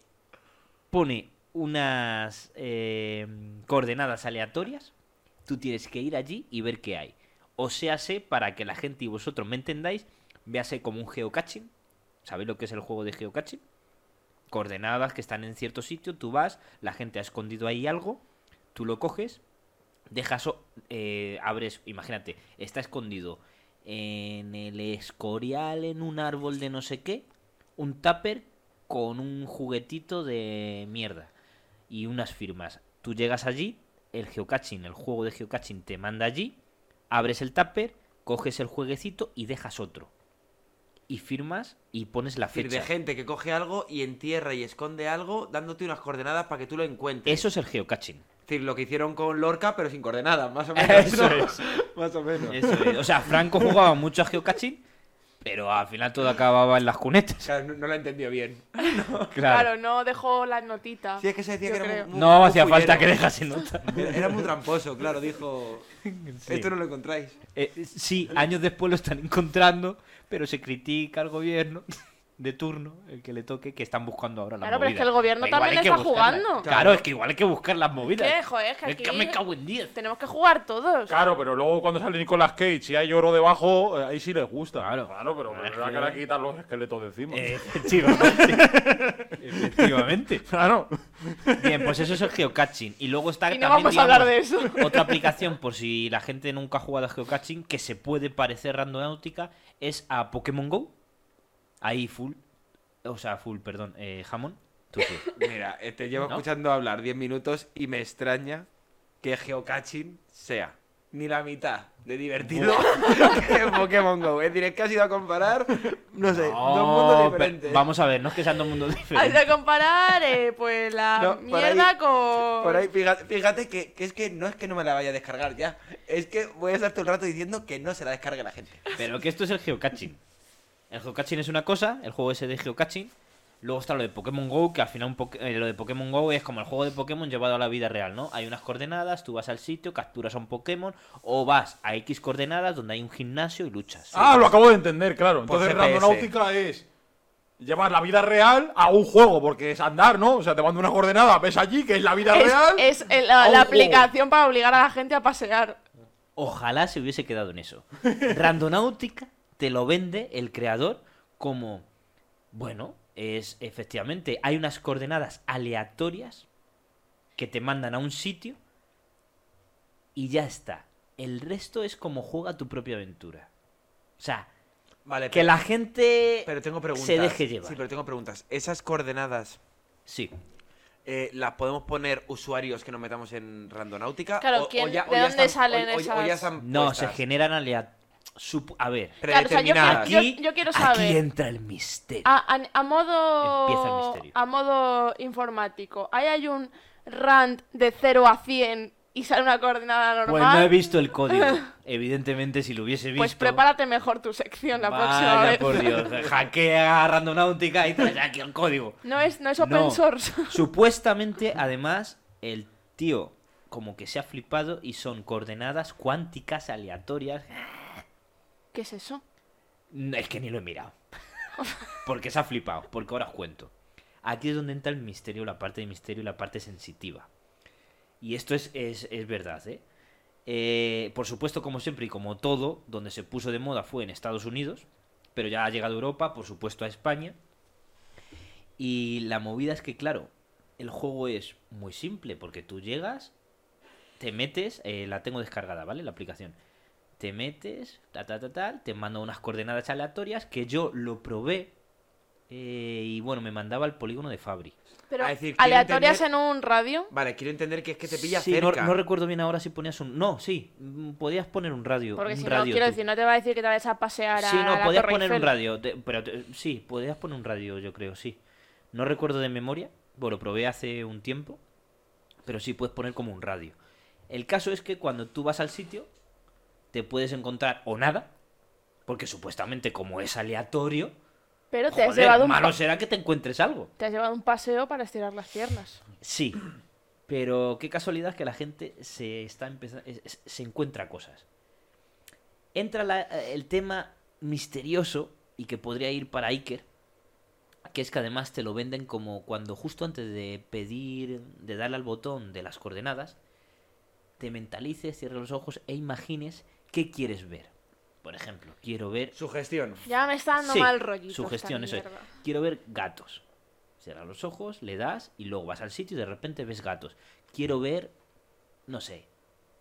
S3: pone unas eh, coordenadas aleatorias. Tú tienes que ir allí y ver qué hay. O sea, sé, para que la gente y vosotros me entendáis, véase como un geocaching. ¿Sabéis lo que es el juego de geocaching? Coordenadas que están en cierto sitio, tú vas, la gente ha escondido ahí algo, tú lo coges, dejas, o- eh, abres, imagínate, está escondido en el escorial, en un árbol de no sé qué, un tupper con un juguetito de mierda y unas firmas. Tú llegas allí, el geocaching, el juego de geocaching te manda allí, abres el tupper, coges el jueguecito y dejas otro. Y firmas y pones la
S5: Es decir, de
S3: fecha.
S5: gente que coge algo y entierra y esconde algo dándote unas coordenadas para que tú lo encuentres.
S3: Eso es el geocaching.
S5: Es decir, lo que hicieron con Lorca, pero sin coordenadas, más o menos.
S3: Eso
S5: ¿no?
S3: es.
S5: Más o menos.
S3: Eso es. O sea, Franco jugaba mucho a geocaching, pero al final todo acababa en las cunetas.
S5: Claro, no, no lo he entendido bien.
S2: Claro, no dejó la notita.
S5: Sí, es que se decía
S2: Yo
S5: que era
S2: creo.
S5: muy, muy-
S3: No
S5: muy
S3: hacía falta que
S5: fullero.
S3: dejase nota.
S5: Era- Era muy tramposo, claro, dijo.
S3: Sí.
S5: Esto no lo encontráis.
S3: Eh, sí, años después lo están encontrando, pero se critica al gobierno de turno, el que le toque, que están buscando ahora las
S2: Claro, pero es
S3: movidas.
S2: que el gobierno
S3: igual
S2: también
S3: hay que
S2: está
S3: buscarlas.
S2: jugando.
S3: Claro, es que igual hay que buscar las movidas.
S2: ¿Qué? Joder, es que
S3: Es que
S2: aquí
S3: me cago en 10.
S2: Tenemos que jugar todos.
S4: Claro, pero luego cuando sale Nicolas Cage y hay oro debajo, eh, ahí sí les gusta.
S3: Claro.
S4: pero
S3: Claro, es
S4: habrá
S3: que-
S4: que ahora quitar los esqueletos de encima.
S3: Eh, efectivamente. Efectivamente.
S4: Claro.
S3: Bien, pues eso es el geocaching. Y luego está
S2: Y no
S3: también,
S2: vamos a hablar de
S3: digamos,
S2: eso.
S3: Otra aplicación, por si la gente nunca ha jugado a geocaching, que se puede parecer randonáutica, es a Pokémon Go. Ahí full. O sea, full, perdón, eh, jamón. Tú sí.
S5: Mira, eh, te llevo
S3: ¿No?
S5: escuchando hablar 10 minutos y me extraña que geocaching sea ni la mitad de divertido que Pokémon Go. Es decir, es que has ido a comparar, no sé, dos mundos
S3: No, pe-
S5: diferentes.
S3: Oh, Vamos a ver, no es que sean dos mundos
S2: Hay que
S3: diferentes.
S2: comparar, eh, pues, la
S5: No, por
S2: mierda
S5: ahí-
S2: con...
S5: Por ahí, fíjate, fíjate que, que es que no es que no me la vaya a descargar ya, es que voy a estar todo el rato diciendo que no se la descargue la gente.
S3: Pero que esto es el geocaching. El geocaching es una cosa, el juego ese de geocaching. Luego está lo de Pokémon Go, que al final un poke- eh, lo de Pokémon Go es como el juego de Pokémon llevado a la vida real, ¿no? Hay unas coordenadas, tú vas al sitio, capturas a un Pokémon, o vas a X coordenadas donde hay un gimnasio y luchas.
S4: Ah, lo acabo de entender, claro.
S5: Por
S4: Entonces,
S5: GPS.
S4: randonáutica es llevar la vida real a un juego, porque es andar, ¿no? O sea, te mando una coordenada, ves allí que es la vida
S2: Es,
S4: real.
S2: es el- la,
S4: a
S5: Oh,
S4: un
S2: la
S4: juego.
S2: aplicación para obligar a la gente a pasear.
S3: Ojalá se hubiese quedado en eso. Randonáutica te lo vende el creador como, bueno, es efectivamente, hay unas coordenadas aleatorias que te mandan a un sitio y ya está. El resto es como juega tu propia aventura. O sea,
S5: Vale,
S3: que la gente...
S5: pero tengo preguntas.
S3: se deje llevar.
S5: Sí, pero tengo preguntas. Esas coordenadas
S3: Sí.
S5: eh, las podemos poner usuarios que nos metamos en Randonáutica.
S2: Claro,
S5: o, o
S2: ¿quién-
S5: ya- o
S2: de
S5: ya
S2: dónde
S5: están-
S2: salen
S5: o- o- o ya
S2: esas?
S5: están
S3: No, se
S5: puestas,
S3: generan aleatorias... A ver,
S2: Claro, o sea, yo
S5: predeterminadas?
S2: quiero-
S3: aquí,
S2: yo quiero
S3: aquí
S2: saber. Ah,
S3: entra el misterio.
S2: A, a- a
S3: Empieza el
S2: modo
S3: misterio.
S2: a modo informático. Ahí hay un rand de 0 a 100 y sale una coordenada normal.
S3: Pues no he visto el código. Evidentemente, si lo hubiese visto.
S2: Pues prepárate mejor tu sección la próxima
S3: Vaya,
S2: vez.
S3: por Dios. Hackea Randonáutica y trae aquí el código.
S2: No es, no es open
S3: No.
S2: source.
S3: Supuestamente, además, el tío como que se ha flipado y son coordenadas cuánticas aleatorias.
S2: ¿Qué es eso?
S3: No, Es que ni lo he mirado. Porque se ha flipado, porque ahora os cuento. Aquí es donde entra el misterio, la parte de misterio y la parte sensitiva. Y esto es, es, es verdad, ¿eh? Eh, Por supuesto, como siempre y como todo, donde se puso de moda fue en Estados Unidos, pero ya ha llegado a Europa, por supuesto a España. Y la movida es que, claro, el juego es muy simple, porque tú llegas, te metes, eh, la tengo descargada, ¿vale? La aplicación. Te metes, ta, ta, ta, tal, te manda unas coordenadas aleatorias que yo lo probé eh, y bueno, me mandaba al polígono de Fabri.
S2: Pero
S5: A decir, quiero
S2: aleatorias
S5: entender-
S2: en un radio.
S5: Vale, quiero entender que es que te pilla
S3: Sí, no,
S5: cerca.
S3: no recuerdo bien ahora si ponías un... No, sí, mm, podías poner un radio.
S2: Porque
S3: un
S2: si no,
S3: radio
S2: quiero
S3: tú.
S2: decir, no te va a decir que te vayas a pasear
S3: Sí,
S2: a
S3: no,
S2: la
S3: podías
S2: Torre
S3: poner un
S2: Eiffel.
S3: radio. te- pero te- sí, podías poner un radio, yo creo, sí. No recuerdo de memoria. Bueno, lo probé hace un tiempo. Pero sí puedes poner como un radio. El caso es que cuando tú vas al sitio, te puedes encontrar o nada. Porque supuestamente, como es aleatorio,
S2: Pero te has, llevado
S3: joder,
S2: un
S3: malo
S2: pa-
S3: será que te encuentres algo.
S2: te has llevado un paseo para estirar las piernas.
S3: Sí, pero qué casualidad que la gente se está empezando, se encuentra cosas. Entra la- eh, el tema misterioso y que podría ir para Iker, que es que además te lo venden como cuando justo antes de pedir, de darle al botón de las coordenadas, te mentalices, cierres los ojos e imagines qué quieres ver. Por ejemplo, quiero ver
S5: Sugestión.
S2: Ya me está dando
S3: Sí,
S2: mal rollito.
S3: Sugestión, eso
S2: esta
S3: es.
S2: mierda.
S3: Quiero ver gatos. Cierras los ojos, le das y luego vas al sitio y de repente ves gatos. Quiero ver, no sé,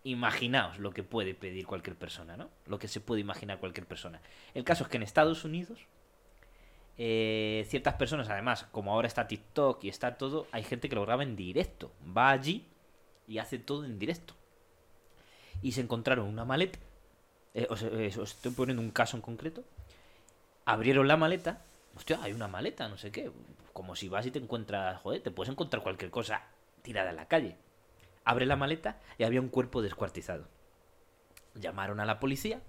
S3: imaginaos lo que puede pedir cualquier persona, ¿no? Lo que se puede imaginar cualquier persona. El caso es que en Estados Unidos, eh, ciertas personas, además, como ahora está TikTok y está todo, hay gente que lo graba en directo. Va allí y hace todo en directo. Y se encontraron una maleta. eh, os- eh, os estoy poniendo un caso en concreto abrieron la maleta. Hostia, hay una maleta, no sé qué. Como si vas y te encuentras, joder, te puedes encontrar cualquier cosa tirada en la calle. Abre la maleta y había un cuerpo descuartizado. Llamaron a la policía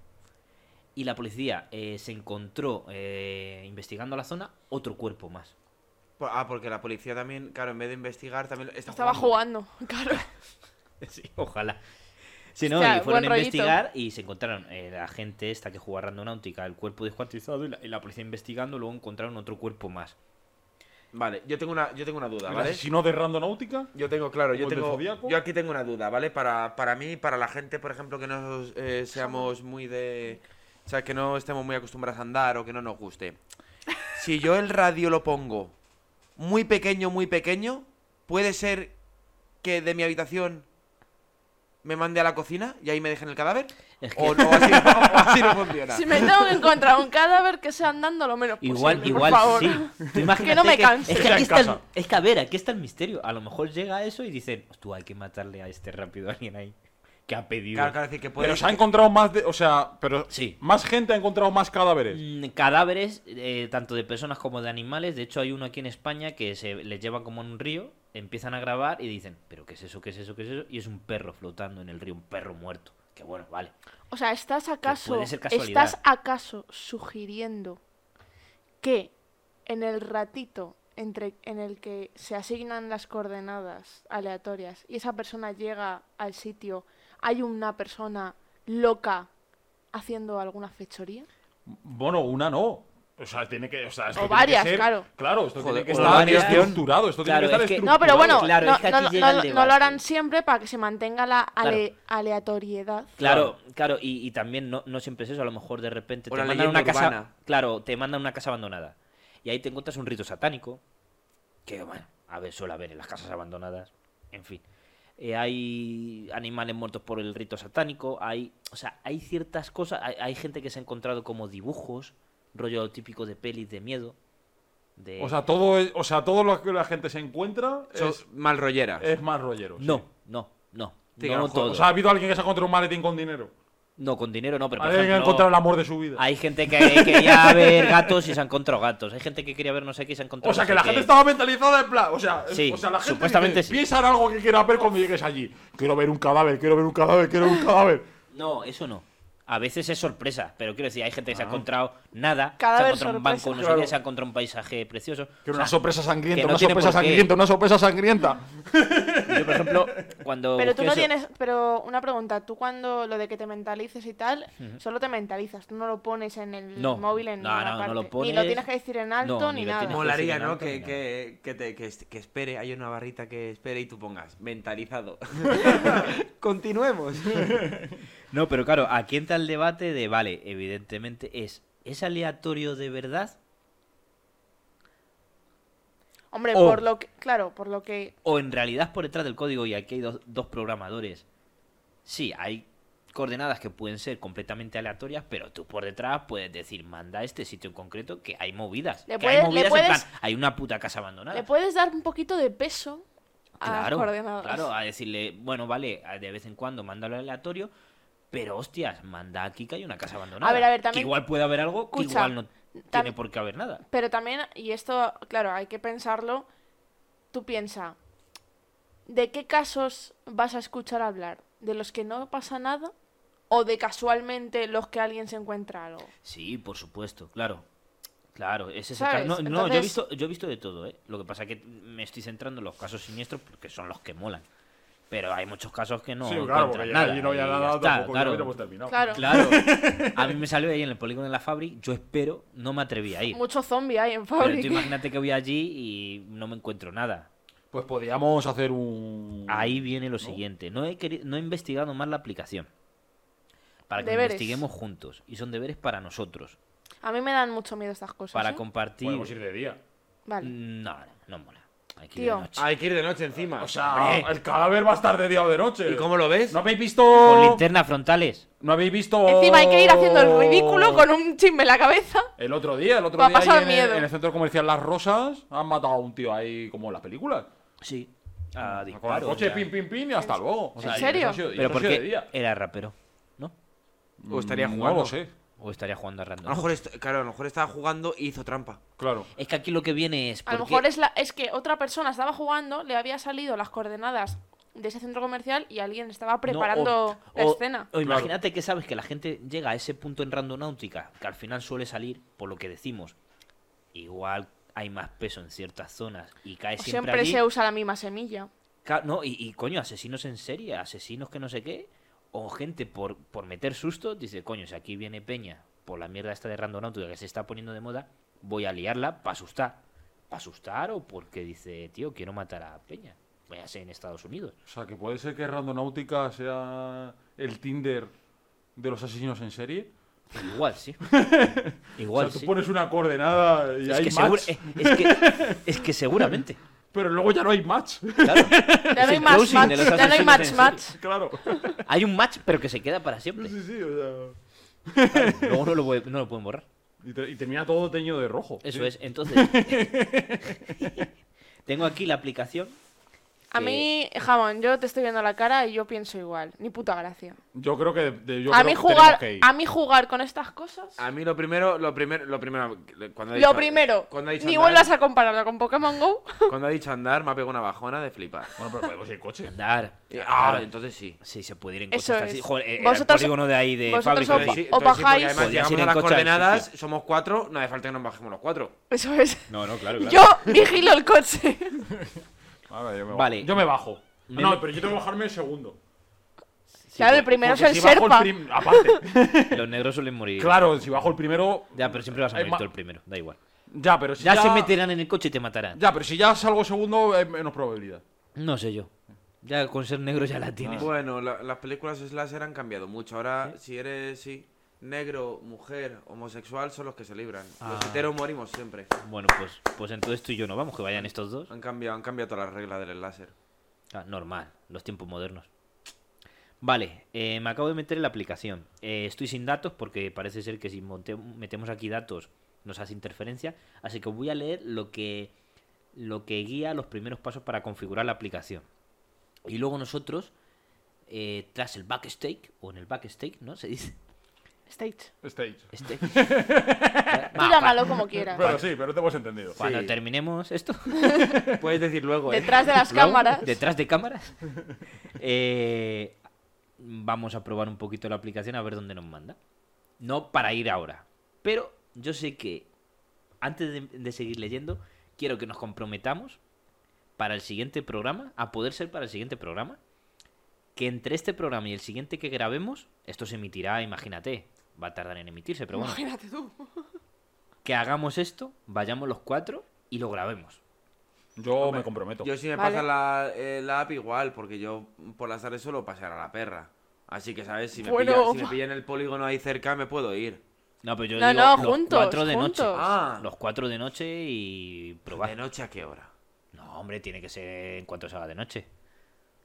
S3: y la policía eh, se encontró, eh, investigando la zona, otro cuerpo más.
S5: Por- Ah, porque la policía también, claro, en vez de investigar, también lo- está
S2: Estaba jugando, claro.
S3: Sí, ojalá. Si no,
S2: Hostia,
S3: y fueron
S2: buen
S3: a
S2: rollito.
S3: investigar y se encontraron eh, la gente esta que jugaba randonáutica, el cuerpo descuartizado y la, y la policía investigando, luego encontraron otro cuerpo más.
S5: Vale, yo tengo una, yo tengo una duda,
S4: ¿El
S5: ¿vale?
S4: asesino de Randonáutica?
S5: Yo tengo, claro, yo
S4: ¿Como el del
S5: tengo.
S4: Zodíaco?
S5: Yo aquí tengo una duda, ¿vale? Para, para mí, para la gente, por ejemplo, que no eh, seamos muy de. O sea, que no estemos muy acostumbrados a andar o que no nos guste. Si yo el radio lo pongo muy pequeño, muy pequeño, ¿puede ser que de mi habitación me mande a la cocina y ahí me dejen el cadáver?
S3: Es
S5: O, o así, o así no funciona.
S2: Si me tengo que encontrar un cadáver que sea andando lo menos posible,
S3: Igual,
S2: por
S3: igual,
S2: favor.
S3: sí. Tú imagínate
S2: no me canse.
S3: Es
S4: Que
S3: que,
S4: sea en
S3: aquí está el-
S4: casa.
S3: es que, a ver, aquí está el misterio. A lo mejor llega eso y dicen, tú hay que matarle a este rápido a alguien ahí que ha pedido.
S5: Claro, claro, es decir, que puede
S4: Pero se ha encontrado más de. O sea, pero.
S3: Sí.
S4: Más gente ha encontrado más cadáveres.
S3: Mm, Cadáveres, eh, tanto de personas como de animales. De hecho, hay uno aquí en España que se les lleva como en un río, empiezan a grabar y dicen, pero ¿qué es eso? ¿Qué es eso? ¿Qué es eso? Y es un perro flotando en el río, un perro muerto. Que bueno, vale.
S2: O sea, ¿estás acaso,
S3: puede ser casualidad.
S2: ¿estás acaso sugiriendo que en el ratito entre, en el que se asignan las coordenadas aleatorias y esa persona llega al sitio, hay una persona loca haciendo alguna fechoría?
S4: Bueno, una no. O sea, tiene que. O, sea, esto
S2: O
S4: tiene que
S2: varias,
S4: ser-
S2: claro.
S4: Claro, esto
S5: Joder,
S4: tiene que
S5: o
S4: estar
S5: varias.
S4: estructurado. Esto
S3: Claro,
S4: tiene que
S3: es
S4: estar
S3: que-
S2: No, pero bueno,
S3: Claro,
S2: no,
S3: es que
S2: no-
S3: aquí
S2: no-
S3: llega el
S2: no lo
S3: debate.
S2: harán siempre para que se mantenga la ale- aleatoriedad.
S3: Claro, claro, y, y también no, no siempre es eso, a lo mejor de repente
S5: O
S3: te
S5: la
S3: mandan a una
S5: leyenda
S3: casa,
S5: urbana.
S3: claro, te mandan a una casa abandonada. Y ahí te encuentras un rito satánico, que bueno, a ver, suele haber en las casas abandonadas, en fin. Eh, hay animales muertos por el rito satánico, hay, o sea, hay ciertas cosas, hay, hay gente que se ha encontrado como dibujos, rollo típico de pelis de miedo, de
S4: O sea, todo, es- o sea, todo lo que la gente se encuentra es,
S5: mal rollera.
S4: es más rollero. sí.
S3: no, no, no,
S5: Sí, que a lo
S3: no
S5: mejor-
S3: todo.
S4: O sea, ha habido alguien que se ha encontrado un maletín con dinero.
S3: no con dinero no, pero por
S4: Alguien que ha
S3: ejemplo-
S4: encontrado el amor de su vida.
S3: Hay gente que quería ver gatos y se ha encontrado gatos. Hay gente que quería ver no sé qué y se ha encontrado.
S4: O sea,
S3: no
S4: que
S3: sé
S4: la
S3: qué.
S4: gente estaba mentalizada en plan. O sea,
S3: Sí,
S4: o sea la gente
S3: supuestamente
S4: dice,
S3: sí.
S4: piensa en algo que quieras ver cuando llegues allí. Quiero ver un cadáver, quiero ver un cadáver, quiero ver un cadáver.
S3: No, eso no. A veces es sorpresa, pero quiero decir, hay gente que se ha encontrado nada, se ha
S2: Cadáver
S3: encontrado un
S2: sorpresa.
S3: banco, no sé
S4: Ah. Claro.
S3: qué, se ha encontrado un paisaje precioso.
S4: Quiero
S3: O
S4: una
S3: sea,
S4: sorpresa sangrienta,
S3: que no
S4: una
S3: tiene
S4: sorpresa
S3: por qué.
S4: sangrienta, una sorpresa sangrienta.
S3: Yo, por ejemplo, cuando.
S2: Pero tú
S3: busqué
S2: no
S3: eso-
S2: tienes. Pero una pregunta, tú cuando lo de que te mentalices y tal, solo te mentalizas, tú no lo pones en el
S3: No.
S2: móvil en
S3: No,
S2: ninguna
S3: no, no
S2: parte.
S3: lo
S2: Ni lo
S3: pones.
S2: tienes que decir en alto
S3: No,
S2: ni,
S3: ni lo
S2: nada.
S3: tienes que-
S4: este
S5: Molaría,
S3: decir
S5: ¿no?
S3: nada,
S5: Que,
S3: no.
S5: que, que, te- que es- que espere, hay una barrita que espere y tú pongas mentalizado. Continuemos.
S3: No, pero claro, aquí entra el debate de, vale, evidentemente es. ¿Es aleatorio de verdad?
S2: Hombre,
S3: O-
S2: por lo que. Claro, por lo que.
S3: ¿O en realidad por detrás del código y aquí hay dos, dos programadores? Sí, hay coordenadas que pueden ser completamente aleatorias, pero tú por detrás puedes decir, manda a este sitio en concreto que hay movidas.
S2: Le
S3: que
S2: puedes-
S3: hay
S2: le
S3: movidas en
S2: puedes-
S3: plan, hay una puta casa abandonada.
S2: Le puedes dar un poquito de peso a las
S3: Claro,
S2: coordenadas.
S3: claro, a decirle, bueno, vale, a- de vez en cuando mándalo aleatorio, pero hostias, manda aquí que hay una casa abandonada.
S2: A ver, a ver,
S3: que
S2: también-
S3: igual puede haber algo que
S2: Escucha,
S3: igual no tiene
S2: tam-
S3: por qué haber nada.
S2: Pero también, y esto, claro, hay que pensarlo. Tú piensa, ¿de qué casos vas a escuchar hablar? ¿De los que no pasa nada? ¿O de casualmente los que alguien se encuentra algo?
S3: Sí, por supuesto, claro. Claro, ese es el
S2: ¿Sabes?
S3: caso. No, no, yo, he
S2: Entonces-
S3: visto, yo he visto de todo, ¿eh? Lo que pasa es que me estoy centrando en los casos siniestros porque son los que molan. Pero hay muchos casos que no.
S4: sí, claro,
S3: encuentran
S4: porque ya
S3: nada
S4: allí no
S3: y
S4: había
S3: ya
S4: nada,
S3: está,
S4: tampoco pues,
S3: claro.
S4: hubiéramos terminado.
S2: Claro.
S3: Claro. A mí me salió ahí en el polígono de la Fabri, yo espero, no me atreví a ir.
S2: Mucho zombie hay en
S3: Pero tú
S2: fábrica.
S3: imagínate que voy allí y no me encuentro nada.
S4: Pues podríamos hacer un.
S3: Ahí viene lo siguiente. No he, queri- no he investigado más la aplicación. Para que
S2: Deberes.
S3: investiguemos juntos. Y son deberes para nosotros.
S2: A mí me dan mucho miedo estas cosas.
S3: Para
S2: ¿eh?
S3: compartir.
S4: Podemos ir de día.
S2: Vale.
S3: No, no mola. Hay que ir
S2: Tío.
S3: de noche. Ah,
S5: hay que ir de noche encima.
S4: O sea, el cadáver va a estar de día o de noche.
S5: ¿Y cómo lo ves?
S4: ¿No habéis
S3: Con
S4: visto.?
S3: linternas frontales.
S4: ¿No habéis visto.?
S2: Encima hay que ir haciendo el ridículo con un chisme en la cabeza.
S4: El otro día, el otro
S2: Va a
S4: día. ahí
S2: pasar
S4: en,
S2: miedo.
S4: El, en el centro comercial Las Rosas han matado a un tío ahí como en las películas.
S3: Sí. A
S4: Ah, Con el
S3: disparos,
S4: coche,
S3: Ah, ya.
S4: pin, pin, pin y hasta luego. O sea, y
S2: serio?
S4: eso ha sido- y
S3: Pero
S4: eso ha sido de
S3: porque
S4: día.
S3: era rapero, ¿no?
S5: ¿O estaría
S4: Mm,
S5: jugando?
S4: No lo sé.
S3: O estaría jugando a random.
S5: A
S4: Ah,
S5: lo mejor, est- claro, a lo mejor estaba jugando y hizo trampa.
S4: Claro.
S3: Es que aquí lo que viene es.
S2: A lo
S3: porque-
S2: mejor es, la, es que otra persona estaba jugando, le había salido las coordenadas de ese centro comercial y alguien estaba
S3: No,
S2: preparando
S3: o-
S2: la
S3: o-
S2: escena.
S3: O imagínate que sabes que la gente llega a ese punto en randonáutica, que al final suele salir, por lo que decimos, igual hay más peso en ciertas zonas y cae
S2: O
S3: siempre,
S2: Pues siempre
S3: allí.
S2: se usa la misma semilla.
S3: Ca- No, y, y, coño, asesinos en serie, asesinos que no sé qué, o gente por, por meter susto, dice, coño, si aquí viene Peña por la mierda esta de randonáutica que se está poniendo de moda, voy a liarla para asustar. Para asustar o porque dice, tío, quiero matar a Peña. Voy a ser en Estados Unidos.
S4: O sea, que puede ser que Randonáutica sea el Tinder de los asesinos en serie.
S3: Igual, sí.
S4: O
S3: Igual,
S4: sea, tú
S3: sí.
S4: pones una coordenada y
S3: Es
S4: hay
S3: que,
S4: match,
S3: segura- es, es que, es que seguramente.
S4: pero luego ya no hay match.
S3: Claro.
S2: Ya no hay
S3: el
S2: match,
S3: closing
S2: match,
S3: de los
S2: ya no hay
S3: asesinos
S2: match,
S3: en
S2: match.
S4: claro.
S3: Hay un match, pero que se queda para siempre.
S4: Sí, sí, o
S3: Luego no lo, puede- no lo pueden borrar.
S4: sea. Y, te- y termina todo teñido de rojo.
S3: Eso
S4: Sí.
S3: es. Entonces, tengo aquí la aplicación.
S2: A mí, jamón, yo te estoy viendo la cara y yo pienso igual. Ni puta gracia.
S4: Yo creo que. de- yo
S2: A
S4: creo
S2: mí,
S4: que
S2: jugar,
S4: tenemos que ir.
S2: a mí jugar con estas cosas...
S5: A mí lo primero, lo primero, lo primero. Cuando ha
S2: Lo
S5: Ah, dicho-
S2: primero,
S5: cuando ha dicho
S2: ni
S5: andar-
S2: vuelvas a compararlo con Pokémon GO.
S5: Cuando ha dicho andar, me ha pegado una bajona de flipar.
S4: Bueno, pero podemos ir coche.
S3: Andar.
S5: Y- Ah,
S3: Claro,
S5: entonces sí.
S3: Sí, se puede ir en coche.
S2: Eh, Eso
S3: hasta así.
S2: es.
S3: Joder, eh, era
S2: Vosotros-
S3: el polígono de ahí de
S2: vosotros
S3: fábrica.
S2: os-
S5: Entonces sí,
S2: o
S5: entonces sí, porque
S2: bajáis.
S5: además
S3: Podrías ir en
S5: llegamos a las
S3: coche al
S5: coordenadas,
S3: sitio.
S5: somos cuatro, no hace falta que nos bajemos los cuatro.
S2: Eso es.
S4: No, no, claro,
S2: Yo vigilo el coche.
S4: yo me
S3: Vale.
S4: bajo. Yo me bajo.
S3: Me-
S4: No, pero yo tengo que bajarme el segundo.
S2: claro, el
S3: porque-
S2: primero es
S4: Porque
S2: el
S4: si bajo
S2: Serpa.
S4: prim- Aparte.
S3: Los negros suelen morir.
S4: claro, si bajo el primero.
S3: Ya, pero siempre vas a
S4: Eh,
S3: morir
S4: ma-
S3: tú el primero. Da igual.
S4: Ya, pero si
S3: Ya,
S4: ya.
S3: se meterán en el coche y te matarán.
S4: Ya, pero si ya salgo segundo, es menos probabilidad.
S3: No sé yo. Ya con ser negro ya la tienes.
S5: Bueno, la- las películas slasher han cambiado mucho. Ahora, si eres Ah. sí, negro, mujer, homosexual, son los que se libran. Los heteros morimos siempre.
S3: Bueno, pues, pues entonces tú y yo no vamos, que vayan estos dos.
S5: Han cambiado, han cambiado todas las reglas del slasher.
S3: Ah, normal, los tiempos modernos. Vale, eh, me acabo de meter en la aplicación. Eh, estoy sin datos porque parece ser que si monte- metemos aquí datos nos hace interferencia. Así que voy a leer lo que, lo que guía los primeros pasos para configurar la aplicación. Y luego nosotros, eh, tras el backstage, o en el backstage, ¿no? Se dice.
S2: Stage.
S4: Stage.
S3: Este.
S2: Tú llámalo como quieras.
S4: Pero sí, pero te hemos entendido.
S3: Cuando
S5: Sí.
S3: terminemos esto.
S5: Puedes decir luego, ¿eh?
S2: Detrás de las
S3: Luego,
S2: cámaras.
S3: Detrás de cámaras. Eh, vamos a probar un poquito la aplicación a ver dónde nos manda. No para ir ahora. Pero yo sé que antes de, de seguir leyendo, quiero que nos comprometamos para el siguiente programa, a poder ser para el siguiente programa, que entre este programa y el siguiente que grabemos, esto se emitirá, imagínate, va a tardar en emitirse, pero bueno,
S2: Imagínate tú.
S3: que hagamos esto, vayamos los cuatro y lo grabemos.
S4: Yo
S5: Hombre,
S4: me comprometo.
S5: Yo si me
S2: Vale.
S5: pasa la, eh, la app igual, porque yo por las tardes suelo pasear a la perra. Así que, ¿sabes? Si me,
S2: Bueno.
S5: pilla, si me pilla en el polígono ahí cerca, me puedo ir.
S3: No, pero yo
S2: No,
S3: digo
S2: no,
S3: los
S2: juntos,
S3: cuatro de
S2: juntos.
S3: noche.
S5: Ah.
S3: Los cuatro de noche y probar.
S5: ¿De noche a qué hora?
S3: No, hombre, tiene que ser en cuanto se haga de noche.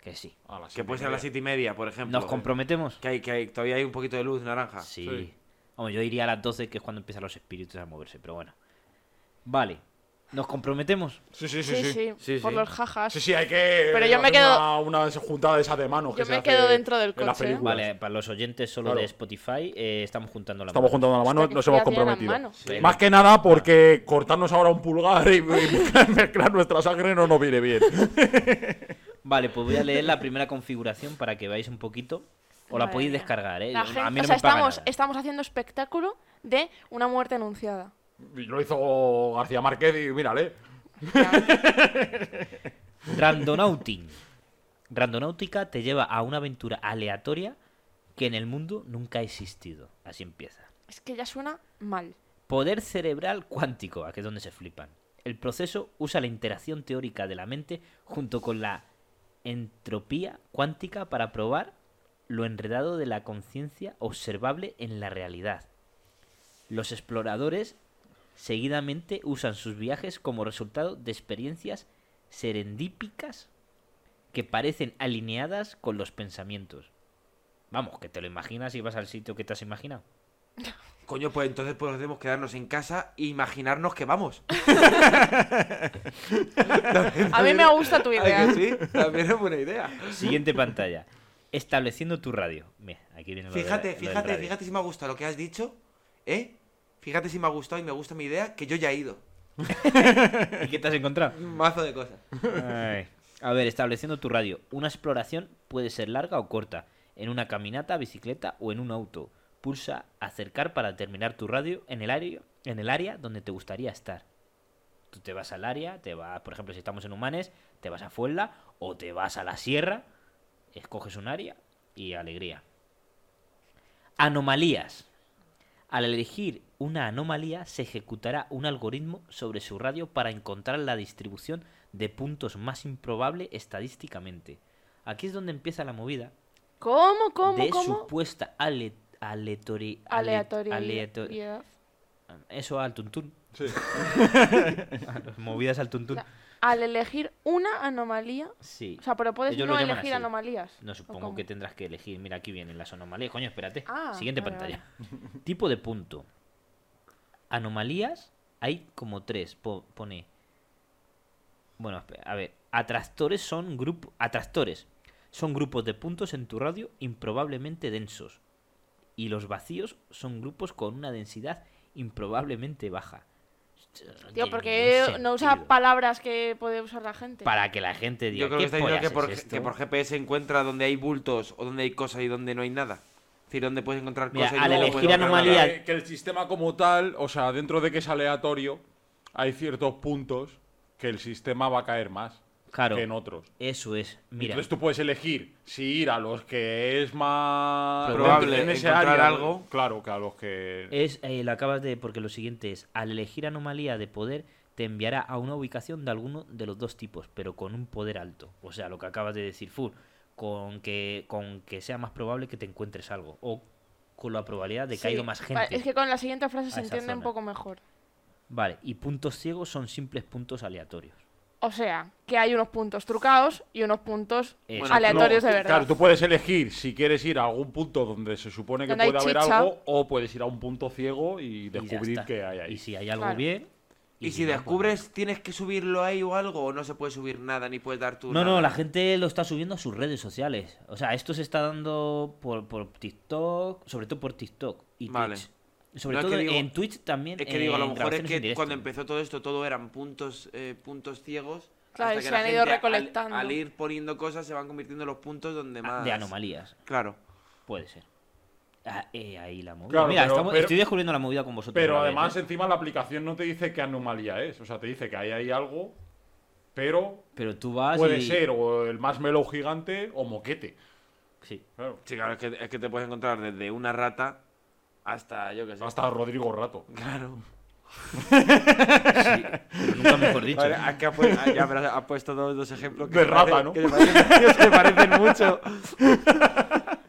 S3: Que sí.
S4: A las
S5: Que
S4: siete
S5: puede
S4: y
S5: ser a las
S4: media.
S5: siete y media, por ejemplo.
S3: ¿Nos comprometemos?
S5: Que, hay, que hay- todavía hay un poquito de luz naranja.
S3: Sí.
S4: Sí.
S3: Vamos, yo iría a las 12, que es cuando empiezan los espíritus a moverse, pero bueno. Vale. ¿Nos comprometemos?
S4: Sí, sí, sí.
S2: Sí,
S4: Sí,
S2: sí,
S5: Sí,
S2: por
S5: sí.
S2: los jajas.
S4: Sí, sí, hay que.
S2: Pero yo me
S4: hacer
S2: quedo-
S4: Una, una juntada de esas de manos. que
S2: Yo
S4: se
S2: me
S4: hace
S2: quedo dentro del
S4: en las
S2: coche, ¿eh?
S4: películas.
S3: Vale, para los oyentes solo
S4: Pues, Claro.
S3: de Spotify, eh, estamos juntando la
S4: Estamos
S3: mano.
S4: juntando la mano,
S2: Hasta que
S4: nos
S2: se
S4: hemos
S2: le hacían las
S4: comprometido.
S2: manos.
S3: Sí.
S4: Más que nada porque cortarnos ahora un pulgar y, y mezclar- mezclar nuestra sangre no nos viene bien.
S3: Vale, pues voy a leer la primera configuración para que veáis un poquito. O la
S2: Madre
S3: podéis
S2: mía.
S3: descargar, ¿eh?
S2: La
S3: A mí
S2: gente-
S3: no
S2: o
S3: me
S2: sea,
S3: paga
S2: estamos,
S3: nada.
S2: estamos haciendo espectáculo de una muerte anunciada.
S4: Y Lo hizo García Márquez y mírale.
S3: Randonauting. Randonáutica te lleva a una aventura aleatoria que en el mundo nunca ha existido. Así empieza.
S2: Es que ya suena mal.
S3: Poder cerebral cuántico, aquí es donde se flipan. El proceso usa la interacción teórica de la mente junto con la entropía cuántica para probar lo enredado de la conciencia observable en la realidad. Los exploradores seguidamente usan sus viajes como resultado de experiencias serendípicas que parecen alineadas con los pensamientos. Vamos, que te lo imaginas y vas al sitio que te has imaginado.
S5: Coño, pues entonces podemos quedarnos en casa e imaginarnos que vamos.
S2: A mí me gusta tu
S5: ¿A
S2: idea.
S5: que sí? También es buena idea.
S3: Siguiente pantalla. Estableciendo tu radio. Mira, aquí viene lo de-
S5: Fíjate,
S3: lo del
S5: fíjate,
S3: radio.
S5: fíjate si me ha gustado lo que has dicho. ¿Eh? Fíjate si me ha gustado y me gusta mi idea, que yo ya he ido.
S3: ¿Y qué te has encontrado?
S5: Un mazo de cosas.
S3: Ay. A ver, estableciendo tu radio. Una exploración puede ser larga o corta. En una caminata, bicicleta o en un auto. Pulsa acercar para terminar tu radio en el área, en el área donde te gustaría estar. Tú te vas al área, te vas, por ejemplo, si estamos en Humanes, te vas a Fuenla o te vas a la sierra, escoges un área y alegría. Anomalías. Al elegir una anomalía, se ejecutará un algoritmo sobre su radio para encontrar la distribución de puntos más improbable estadísticamente. Aquí es donde empieza la movida
S2: ¿Cómo, cómo,
S3: de
S2: cómo?
S3: supuesta ale, aleatori- ale-
S2: Aleatoria.
S3: aleato- Eso al tuntún. A las movidas al tuntún.
S2: Al elegir una anomalía.
S3: Sí.
S2: O sea, pero puedes
S3: Ellos lo
S2: no
S3: llaman
S2: elegir
S3: así.
S2: anomalías.
S3: No,
S2: ¿o
S3: supongo
S2: cómo?
S3: que tendrás que elegir. Mira, aquí vienen las anomalías. Coño, espérate.
S2: Ah,
S3: Siguiente
S2: vale,
S3: pantalla. Tipo de punto. Anomalías hay como tres. Po- pone. Bueno, espe- a ver. Atractores son grupo. Atractores. Son grupos de puntos en tu radio improbablemente densos. Y los vacíos son grupos con una densidad improbablemente baja.
S2: Tío, porque no usa
S3: para...
S2: palabras que puede usar la gente.
S3: Para que la gente diga
S5: Yo creo que
S3: "¿Qué
S5: está diciendo
S3: pollas
S5: que por,
S3: es
S5: G- que
S3: esto?".
S5: por GPS encuentra donde hay bultos o donde hay cosas y donde no hay nada. Es decir, donde puedes encontrar
S3: Mira,
S5: cosas y
S3: al
S5: luego
S3: elegir
S5: puedes encontrar
S3: anomalía-
S5: nada.
S4: eh, Que, que el sistema como tal, o sea, dentro de que es aleatorio, hay ciertos puntos que el sistema va a caer más
S3: Claro.
S4: que en otros.
S3: Eso es. Mira.
S4: Entonces tú puedes elegir si ir a los que es más
S5: Probable encontrar
S4: ¿no?
S5: algo.
S4: Claro, que a los que.
S3: Es, eh, lo acabas de, porque lo siguiente es, al elegir anomalía de poder, te enviará a una ubicación de alguno de los dos tipos, pero con un poder alto. O sea, lo que acabas de decir, Fur, con que, con que sea más probable que te encuentres algo, o con la probabilidad de que
S2: Sí,
S3: ha ido más
S2: va-
S3: gente.
S2: Es que con la siguiente frase
S3: a
S2: se
S3: esa
S2: entiende un
S3: zona.
S2: poco mejor.
S3: Vale, y puntos ciegos son simples puntos aleatorios.
S2: O sea, que hay unos puntos trucados y unos puntos
S3: Eso.
S5: Bueno,
S2: aleatorios
S4: No,
S2: de verdad.
S4: Claro, tú puedes elegir si quieres ir a algún punto donde se supone que
S2: Donde hay
S4: puede haber
S2: chicha.
S4: algo, o puedes ir a un punto ciego y
S3: Y ya
S4: descubrir
S3: está.
S4: qué hay ahí.
S3: Y si hay algo
S2: Claro.
S3: bien...
S5: Y si
S3: no, pues
S5: descubres, tienes que subirlo ahí o algo, o no se puede subir nada, ni puedes dar tu.
S3: No, no,
S5: nada.
S3: la gente lo está subiendo a sus redes sociales. O sea, esto se está dando por, por TikTok, sobre todo por TikTok y
S5: Vale.
S3: Twitch. Sobre
S5: No, es que
S3: todo
S5: digo-
S3: en Twitch también.
S5: Es que digo, a lo
S3: eh, en
S5: mejor es
S3: grabaciones en
S5: que
S3: directo.
S5: cuando empezó todo esto, todo eran puntos, eh, puntos ciegos.
S2: Claro,
S5: hasta
S2: y
S5: que
S2: se
S5: la
S2: han ido
S5: gente, al-
S2: recolectando.
S5: Al, ir poniendo cosas, se van convirtiendo en los puntos donde
S3: Ah,
S5: más.
S3: De anomalías,
S5: Claro.
S3: puede ser. Ah, eh, ahí la movida.
S4: Claro,
S3: Mira,
S4: pero-
S3: estamos-
S4: pero-
S3: estoy descubriendo la movida con vosotros.
S4: Pero
S3: otra vez,
S4: además,
S3: ¿eh?
S4: encima, la aplicación no te dice qué anomalía es. O sea, te dice que hay ahí algo Pero
S3: Pero tú vas
S4: puede
S3: y...
S4: ser o el marshmallow gigante o moquete.
S3: Sí.
S4: Claro.
S5: Sí, claro, es que, es que te puedes encontrar desde una rata hasta, yo qué sé.
S4: Hasta Rodrigo Rato.
S5: Claro.
S3: sí. Nunca mejor dicho. ¿eh?
S5: A ver, es que ha, pu- ah, ya, pero ha puesto dos, dos ejemplos que
S4: De
S5: se
S4: rata,
S5: parecen-
S4: ¿no?
S5: Que se parecen, que se parecen mucho.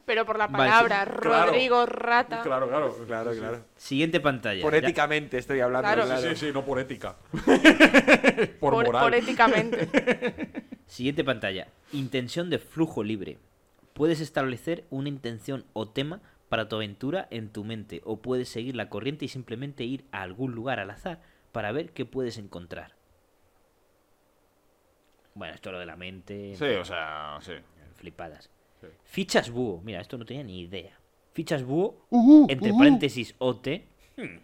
S2: Pero por la
S3: Vale, sí.
S2: palabra
S4: Claro.
S2: Rodrigo Rata.
S4: Claro, claro.
S5: Claro,
S4: Sí, sí.
S5: claro.
S3: Siguiente pantalla.
S5: Por
S3: Ya-
S5: éticamente estoy hablando.
S2: Claro.
S5: claro.
S4: Sí, sí, sí, no por ética. por,
S2: Por,
S4: moral.
S2: por éticamente.
S3: Siguiente pantalla. Intención de flujo libre. Puedes establecer una intención o tema para tu aventura en tu mente o puedes seguir la corriente y simplemente ir a algún lugar al azar para ver qué puedes encontrar. Bueno, esto lo de la mente,
S4: Sí, o sea, sí.
S3: flipadas.
S4: Sí.
S3: Fichas búho. Mira, esto no tenía ni idea. Fichas búho,
S4: Uh-huh,
S3: entre paréntesis OT. Hmm.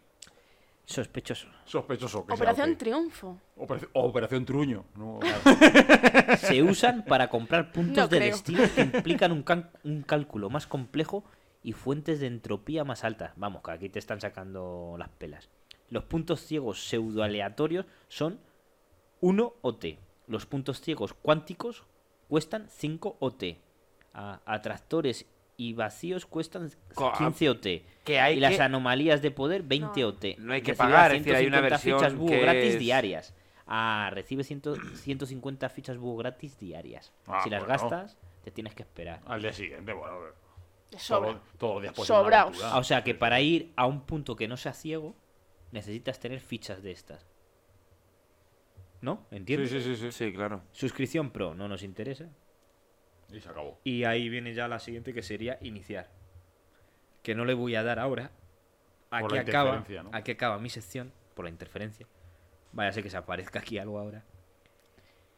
S3: Sospechoso.
S4: Sospechoso. Que sea
S2: Operación
S4: OT.
S2: Triunfo.
S4: Operación, Operación Truño. No,
S3: se usan para comprar puntos
S2: No
S3: de
S2: creo.
S3: destino que implican un, can- un cálculo más complejo y fuentes de entropía más altas. Vamos, que aquí te están sacando las pelas. Los puntos ciegos pseudoaleatorios son 1 OT. Los puntos ciegos cuánticos cuestan 5 OT. A- atractores y vacíos cuestan
S5: Co-
S3: 15 OT.
S5: que hay
S3: y las
S5: que-
S3: anomalías de poder 20
S2: No.
S3: OT.
S5: No hay que
S3: Recibirá
S5: pagar, es decir, hay una
S3: 150
S5: versión
S3: fichas búho
S5: que
S3: gratis
S5: es-
S3: diarias. Ah, recibe 100 150 fichas búho gratis diarias.
S4: Ah,
S3: si las
S4: bueno.
S3: gastas, te tienes que esperar.
S4: al día siguiente, bueno, a ver.
S2: De sobra.
S4: Todo- todos los días puede ser
S2: Sobraos.
S4: una aventura.
S3: Ah, o sea que para ir a un punto que no sea ciego, necesitas tener fichas de estas. ¿No?
S4: Sí,
S3: ¿Entiendes?
S4: sí, sí, sí,
S5: Sí, claro.
S3: Suscripción pro, no nos interesa.
S4: Y se acabó.
S3: Y ahí viene ya la siguiente que sería iniciar. Que no le voy a dar ahora.
S4: Por
S3: Aquí
S4: la
S3: acaba,
S4: interferencia, ¿no?
S3: aquí acaba mi sección, por la interferencia. Vaya a ser que se aparezca aquí algo ahora.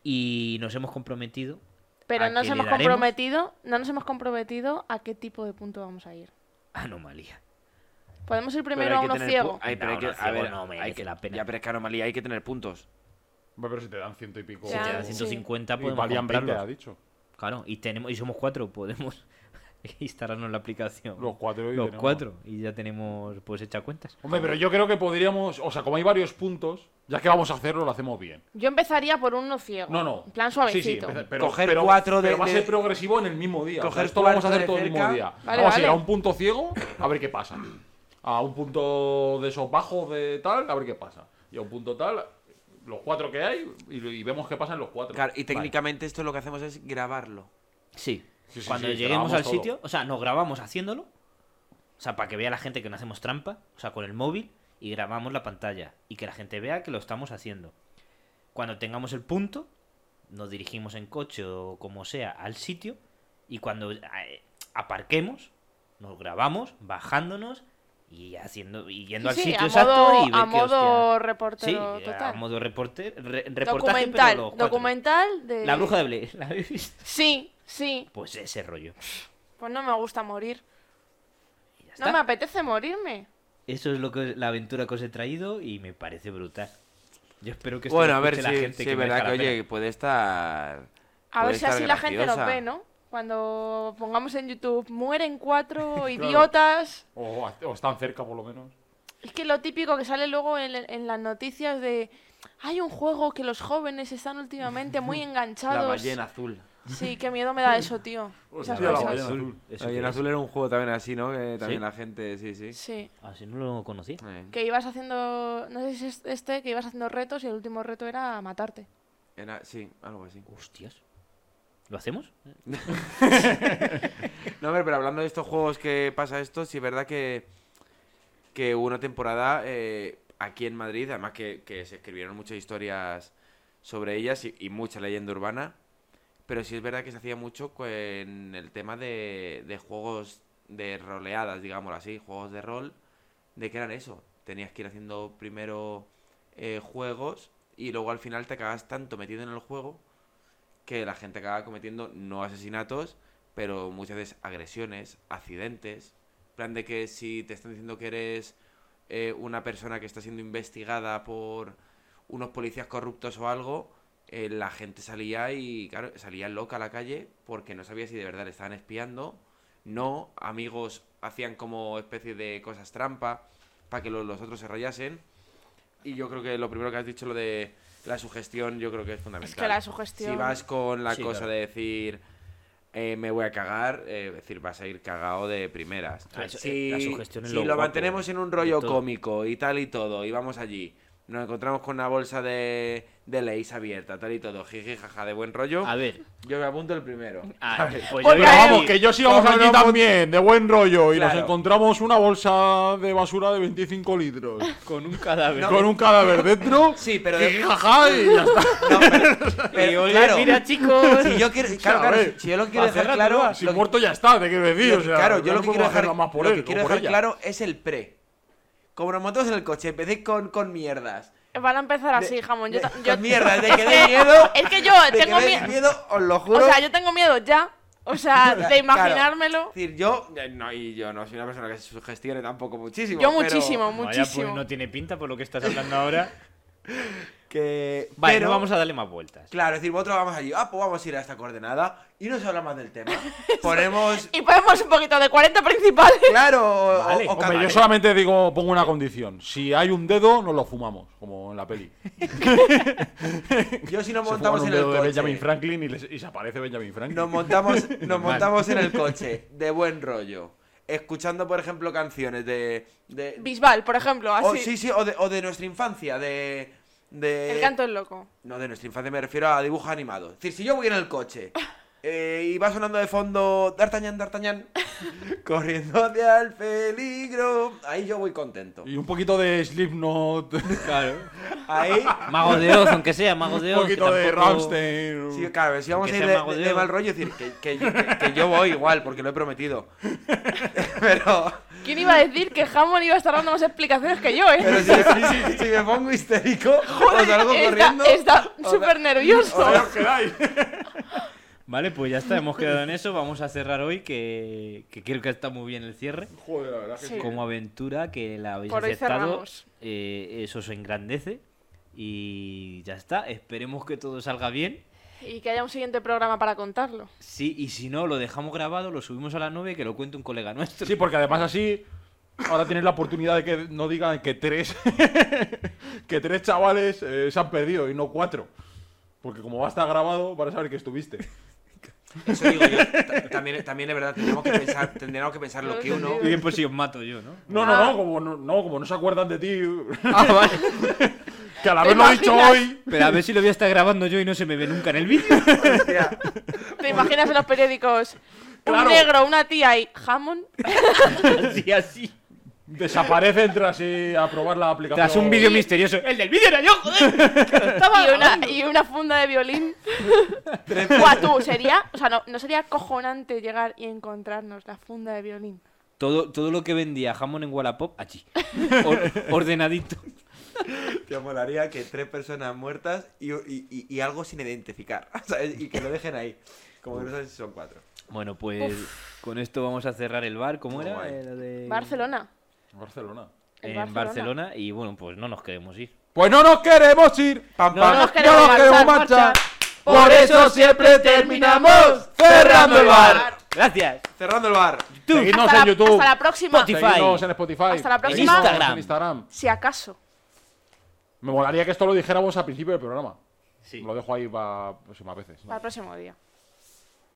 S3: Y nos hemos comprometido. a
S2: Pero nos
S3: que le
S2: hemos
S3: daremos
S2: comprometido, no nos hemos comprometido a qué tipo de punto vamos a ir.
S3: Anomalía.
S2: Podemos ir
S5: Pero
S2: primero a
S5: hay que
S2: uno
S5: tener
S2: ciego.
S5: pu- hay- pero
S3: No,
S5: hay que-
S3: no,
S5: a
S3: ciego
S5: ver,
S3: no
S5: hay
S3: merece
S5: que-
S3: la pena.
S5: Ya, pero es que anomalía hay que tener puntos.
S4: Bueno, Pero si te dan ciento y pico.
S2: Si te
S3: Te da
S2: Ah, sí.
S3: 150
S4: Y
S3: podemos
S4: valían 20, ha
S3: comprarlo.
S4: dicho.
S3: Claro, y tenemos y somos cuatro, podemos instalarnos la aplicación.
S4: Los cuatro. y
S3: Los
S4: tenemos-
S3: cuatro, y ya tenemos pues hecha cuentas.
S4: Hombre, pero yo creo que podríamos. O sea, como hay varios puntos, ya que vamos a hacerlo, lo hacemos bien.
S2: Yo empezaría por uno ciego.
S4: No, no.
S2: En plan
S4: Sí, sí,
S2: suavecito.
S4: empezar- pero,
S5: Coger
S4: pero-
S5: cuatro de-
S4: pero va a
S5: de-
S4: ser progresivo en el mismo día.
S5: Coger
S4: Coger esto lo vamos a
S5: cuatro
S4: hacer todo
S5: de
S4: el mismo
S5: cerca.
S4: día.
S2: Vale,
S4: vamos a ir a
S2: vale.
S4: un punto ciego a ver qué pasa. A un punto de esos bajos de tal, a ver qué pasa. Y a un punto tal, los cuatro que hay, y, y vemos qué pasa en los cuatro.
S5: Claro, y técnicamente esto lo que hacemos es grabarlo.
S3: Sí.
S4: Sí, sí,
S3: Cuando
S4: sí,
S3: lleguemos
S4: grabamos
S3: al
S4: todo.
S3: sitio, o sea, nos grabamos haciéndolo. O sea, para que vea la gente que no hacemos trampa, o sea, con el móvil y grabamos la pantalla y que la gente vea que lo estamos haciendo. Cuando tengamos el punto, nos dirigimos en coche o como sea al sitio y cuando eh, aparquemos, nos grabamos bajándonos y haciendo y
S2: Sí,
S3: yendo al
S2: sí,
S3: sitio
S2: a
S3: exacto
S2: modo,
S3: y ver
S2: a
S3: qué
S2: modo
S3: hostia.
S2: reportero
S3: Sí, a
S2: total.
S3: modo reporter, re- reportaje,
S2: documental,
S3: pero los cuatro.
S2: documental de...
S3: La bruja de Blair, ¿la habéis visto?
S2: Sí, sí.
S3: Pues ese rollo.
S2: Pues no me gusta morir.
S3: Y ya
S2: No
S3: está.
S2: me apetece morirme.
S3: Eso es lo que la aventura que os he traído y me parece brutal. Yo espero que esto
S5: Bueno,
S3: lo
S5: a ver si,
S3: escuche la gente
S5: si
S3: que
S5: es
S3: merezca
S5: verdad que,
S3: la pena.
S5: oye, puede estar.
S2: A
S5: puede
S2: ver si
S5: estar
S2: así la gente nos
S5: graciosa.
S2: ve, ¿no? Cuando pongamos en YouTube, mueren cuatro idiotas.
S4: O, o están cerca, por lo menos.
S2: Es que lo típico que sale luego en, en las noticias de... Hay un juego que los jóvenes están últimamente muy enganchados.
S5: La ballena azul.
S2: Sí, qué miedo me da eso, tío. Esas
S4: Hostia, la
S2: cosas.
S4: ballena azul.
S3: Eso
S5: La ballena
S3: es.
S5: azul era un juego también así, ¿no? Que también
S3: Sí.
S5: la gente, sí, sí.
S2: Sí.
S3: Ah, si no lo conocía.
S5: Eh,
S2: Que ibas haciendo... No sé si es este, que ibas haciendo retos y el último reto era matarte.
S5: Era, sí, algo así.
S3: Hostias. ¿Lo hacemos?
S5: No, hombre, pero hablando de estos juegos que pasa esto, sí es verdad que, que hubo una temporada eh, aquí en Madrid, además que, que se escribieron muchas historias sobre ellas y, y mucha leyenda urbana, pero sí es verdad que se hacía mucho co- en el tema de, de juegos de roleadas, digámoslo así, juegos de rol, de que eran eso. Tenías que ir haciendo primero eh, juegos y luego al final te acabas tanto metido en el juego que la gente acaba cometiendo no asesinatos, pero muchas veces agresiones, accidentes. En plan de que si te están diciendo que eres eh, una persona que está siendo investigada por unos policías corruptos o algo, eh, la gente salía y, claro, salía loca a la calle porque no sabía si de verdad le estaban espiando. No, amigos hacían como especie de cosas trampa para que lo- los otros se rayasen. Y yo creo que lo primero que has dicho, lo de la sugestión yo creo que es fundamental.
S2: Es que la sugestión-
S5: Si vas con la
S3: Sí,
S5: cosa
S3: claro.
S5: de decir, eh, me voy a cagar, eh, es decir, vas a ir cagado de primeras.
S3: Ah, eso-
S5: si
S3: eh, la sugestión es
S5: si
S3: lo
S5: lo,
S3: guapo
S5: mantenemos en un
S3: de
S5: rollo
S3: todo.
S5: cómico y tal y todo, y vamos allí, nos encontramos con una bolsa de, de leis abierta, tal y todo, jiji, jaja, de buen rollo,
S3: A ver.
S5: yo me apunto el primero.
S3: a- pues yo
S2: Otra
S3: voy
S4: Pero
S3: a
S2: vez.
S4: vamos,
S3: decir-
S4: que yo sí vamos
S5: Coge
S4: aquí
S5: un mon-
S4: también, de buen rollo, y nos
S5: Claro.
S4: encontramos una bolsa de basura de 25 litros.
S3: Con un cadáver.
S4: Con un cadáver dentro.
S5: Sí, pero
S4: Y jaja, y ya está.
S5: No, pero- pero,
S3: Y, oye,
S5: claro,
S3: mira, chicos.
S5: si yo quiero, claro, claro, si- si yo lo quiero
S3: para
S5: dejar
S3: cerrar,
S5: claro,
S3: ¿no?
S4: Si
S5: lo-
S4: muerto ya está, te quiero decir.
S5: Yo-
S4: o sea,
S5: claro,
S4: ya
S5: yo
S4: no
S5: lo que
S4: podemos
S5: quiero
S4: hacer
S5: dejar,
S4: nada más por
S5: lo
S4: él
S5: que
S4: o
S5: quiero
S4: por
S5: dejar
S4: ella.
S5: claro es el pre. Como nos montamos en el coche, empecé con, con mierdas.
S2: Van a empezar
S5: De-
S2: así, jamón. Yo,
S5: de-
S2: ta- yo-
S5: con mierdas, de que
S2: Es
S5: dé miedo.
S2: Es que yo
S5: de
S2: tengo
S5: que dé
S2: miedo.
S5: miedo, os lo
S2: O
S5: juro.
S2: sea, yo tengo miedo ya. O sea, de
S5: Claro.
S2: imaginármelo.
S5: Es decir, yo. eh, No, y yo no soy una persona que se sugestione tampoco muchísimo.
S2: Yo
S5: pero
S2: muchísimo,
S3: Vaya, pues,
S2: muchísimo.
S3: no tiene pinta por lo que estás hablando ahora.
S5: Que.
S3: Vale,
S5: pero,
S3: no vamos a darle más vueltas.
S5: Claro, es decir, vosotros vamos allí. Ah, pues vamos a ir a esta coordenada. Y no se habla más del tema. Ponemos.
S2: Y ponemos un poquito de 40 principales.
S5: Claro,
S3: Vale,
S5: o- o,
S3: hombre,
S4: Hombre,
S5: cada-
S4: yo solamente digo, pongo una condición. Si hay un dedo, nos lo fumamos, como en la peli.
S5: yo si nos
S4: Se fuman
S5: montamos en
S4: un
S5: el
S4: dedo de
S5: coche.
S4: Benjamin Franklin y, les- y se aparece Benjamin Franklin.
S5: Nos montamos, nos montamos en el coche, de buen rollo. Escuchando, por ejemplo, canciones de. de
S2: Bisbal, por ejemplo, así.
S5: o, Oh, sí, sí, o de, o de nuestra infancia, de. de
S2: El canto es loco.
S5: No, de nuestra infancia me refiero a dibujos animados. Es decir, si yo voy en el coche eh, y va sonando de fondo D'Artagnan, D'Artagnan, corriendo hacia el peligro, ahí yo voy contento.
S4: Y un poquito de Slipknot. Claro.
S5: Ahí.
S3: Magos de Oz, aunque sea, Magos de
S4: un
S3: Oz.
S4: poquito
S3: que
S4: de
S3: tampoco-
S4: Rammstein.
S5: Sí, claro, si vamos
S3: Aunque
S5: a ir
S3: sea
S5: de,
S3: mago
S5: de-
S3: de
S5: de
S3: Oz.
S5: mal rollo, es decir, que, que yo- que- que yo voy igual, porque lo he prometido. Pero.
S2: ¿Quién iba a decir que Hammond iba a estar dando más explicaciones que yo, eh?
S5: Pero si, si- si me pongo histérico, o salgo corriendo.
S2: está
S5: o-
S2: súper nervioso.
S5: o-
S4: ¿Os quedáis?
S3: Vale, pues ya está, hemos quedado en eso. Vamos a cerrar hoy, que, que creo que está muy bien el cierre.
S4: Joder, la verdad que
S2: Sí.
S3: Como aventura que la habéis
S2: Por hoy
S3: aceptado,
S2: cerramos.
S3: eh, eso os engrandece. Y ya está, esperemos que todo salga bien.
S2: Y que haya un siguiente programa para contarlo.
S3: Sí, y si no, lo dejamos grabado, lo subimos a la nube y que lo cuente un colega nuestro.
S4: Sí, porque además así ahora tienes la oportunidad de que no digan que tres que tres chavales eh, se han perdido y no cuatro. Porque como va a estar grabado, van a saber que estuviste.
S5: Eso digo yo. Ta- También, también es verdad, tendríamos que pensar, tendríamos que pensar lo que uno.
S3: Y bien, pues si os mato yo, ¿no?
S4: No,
S2: Ah.
S4: no, no, como no, no, como no se acuerdan de ti.
S5: Ah, vale.
S4: que al
S2: ¿Te
S4: haberlo dicho
S2: imaginas?
S4: hoy.
S3: Pero a ver si lo voy a estar grabando yo y no se me ve nunca en el vídeo.
S5: Hostia.
S2: ¿Te imaginas en los periódicos?
S4: Claro.
S2: Un negro, una tía y Hammond.
S3: Así, así.
S4: Desaparecen tras ir a probar la aplicación.
S3: Tras un vídeo misterioso. ¡El del vídeo era yo, joder!
S2: Y una, y una funda de violín. Buah, tú, sería. O sea, no, no sería cojonante llegar y encontrarnos la funda de violín.
S3: Todo, todo lo que vendía jamón en Wallapop, allí. Or- ordenadito.
S5: Te molaría que tres personas muertas y, y- y- y algo sin identificar. ¿sabes? Y que lo dejen ahí. Como que no sabes si son cuatro.
S3: Bueno, pues con esto vamos a cerrar el bar. ¿Cómo era?
S5: Guay.
S3: Era de-
S2: Barcelona.
S4: Barcelona.
S2: El
S3: En Barcelona.
S2: Barcelona.
S3: Y bueno, pues no nos queremos ir.
S4: Pues no nos queremos ir.
S5: Pam,
S3: No,
S5: pam.
S2: No nos queremos
S4: nos queremos
S2: marchar,
S4: marchar.
S2: marchar.
S4: Por eso siempre terminamos cerrando el bar.
S3: Gracias.
S5: Cerrando el bar.
S4: Seguidnos
S2: Hasta
S4: en
S2: la-
S4: YouTube.
S2: hasta la próxima.
S3: Spotify.
S4: Seguidnos en Spotify.
S2: Hasta la próxima.
S4: Seguidnos
S3: Instagram.
S4: En Instagram.
S2: Si acaso.
S4: Me molaría que esto lo dijéramos al principio del programa.
S3: Sí.
S4: Lo dejo ahí para próximas veces.
S2: Para el próximo día.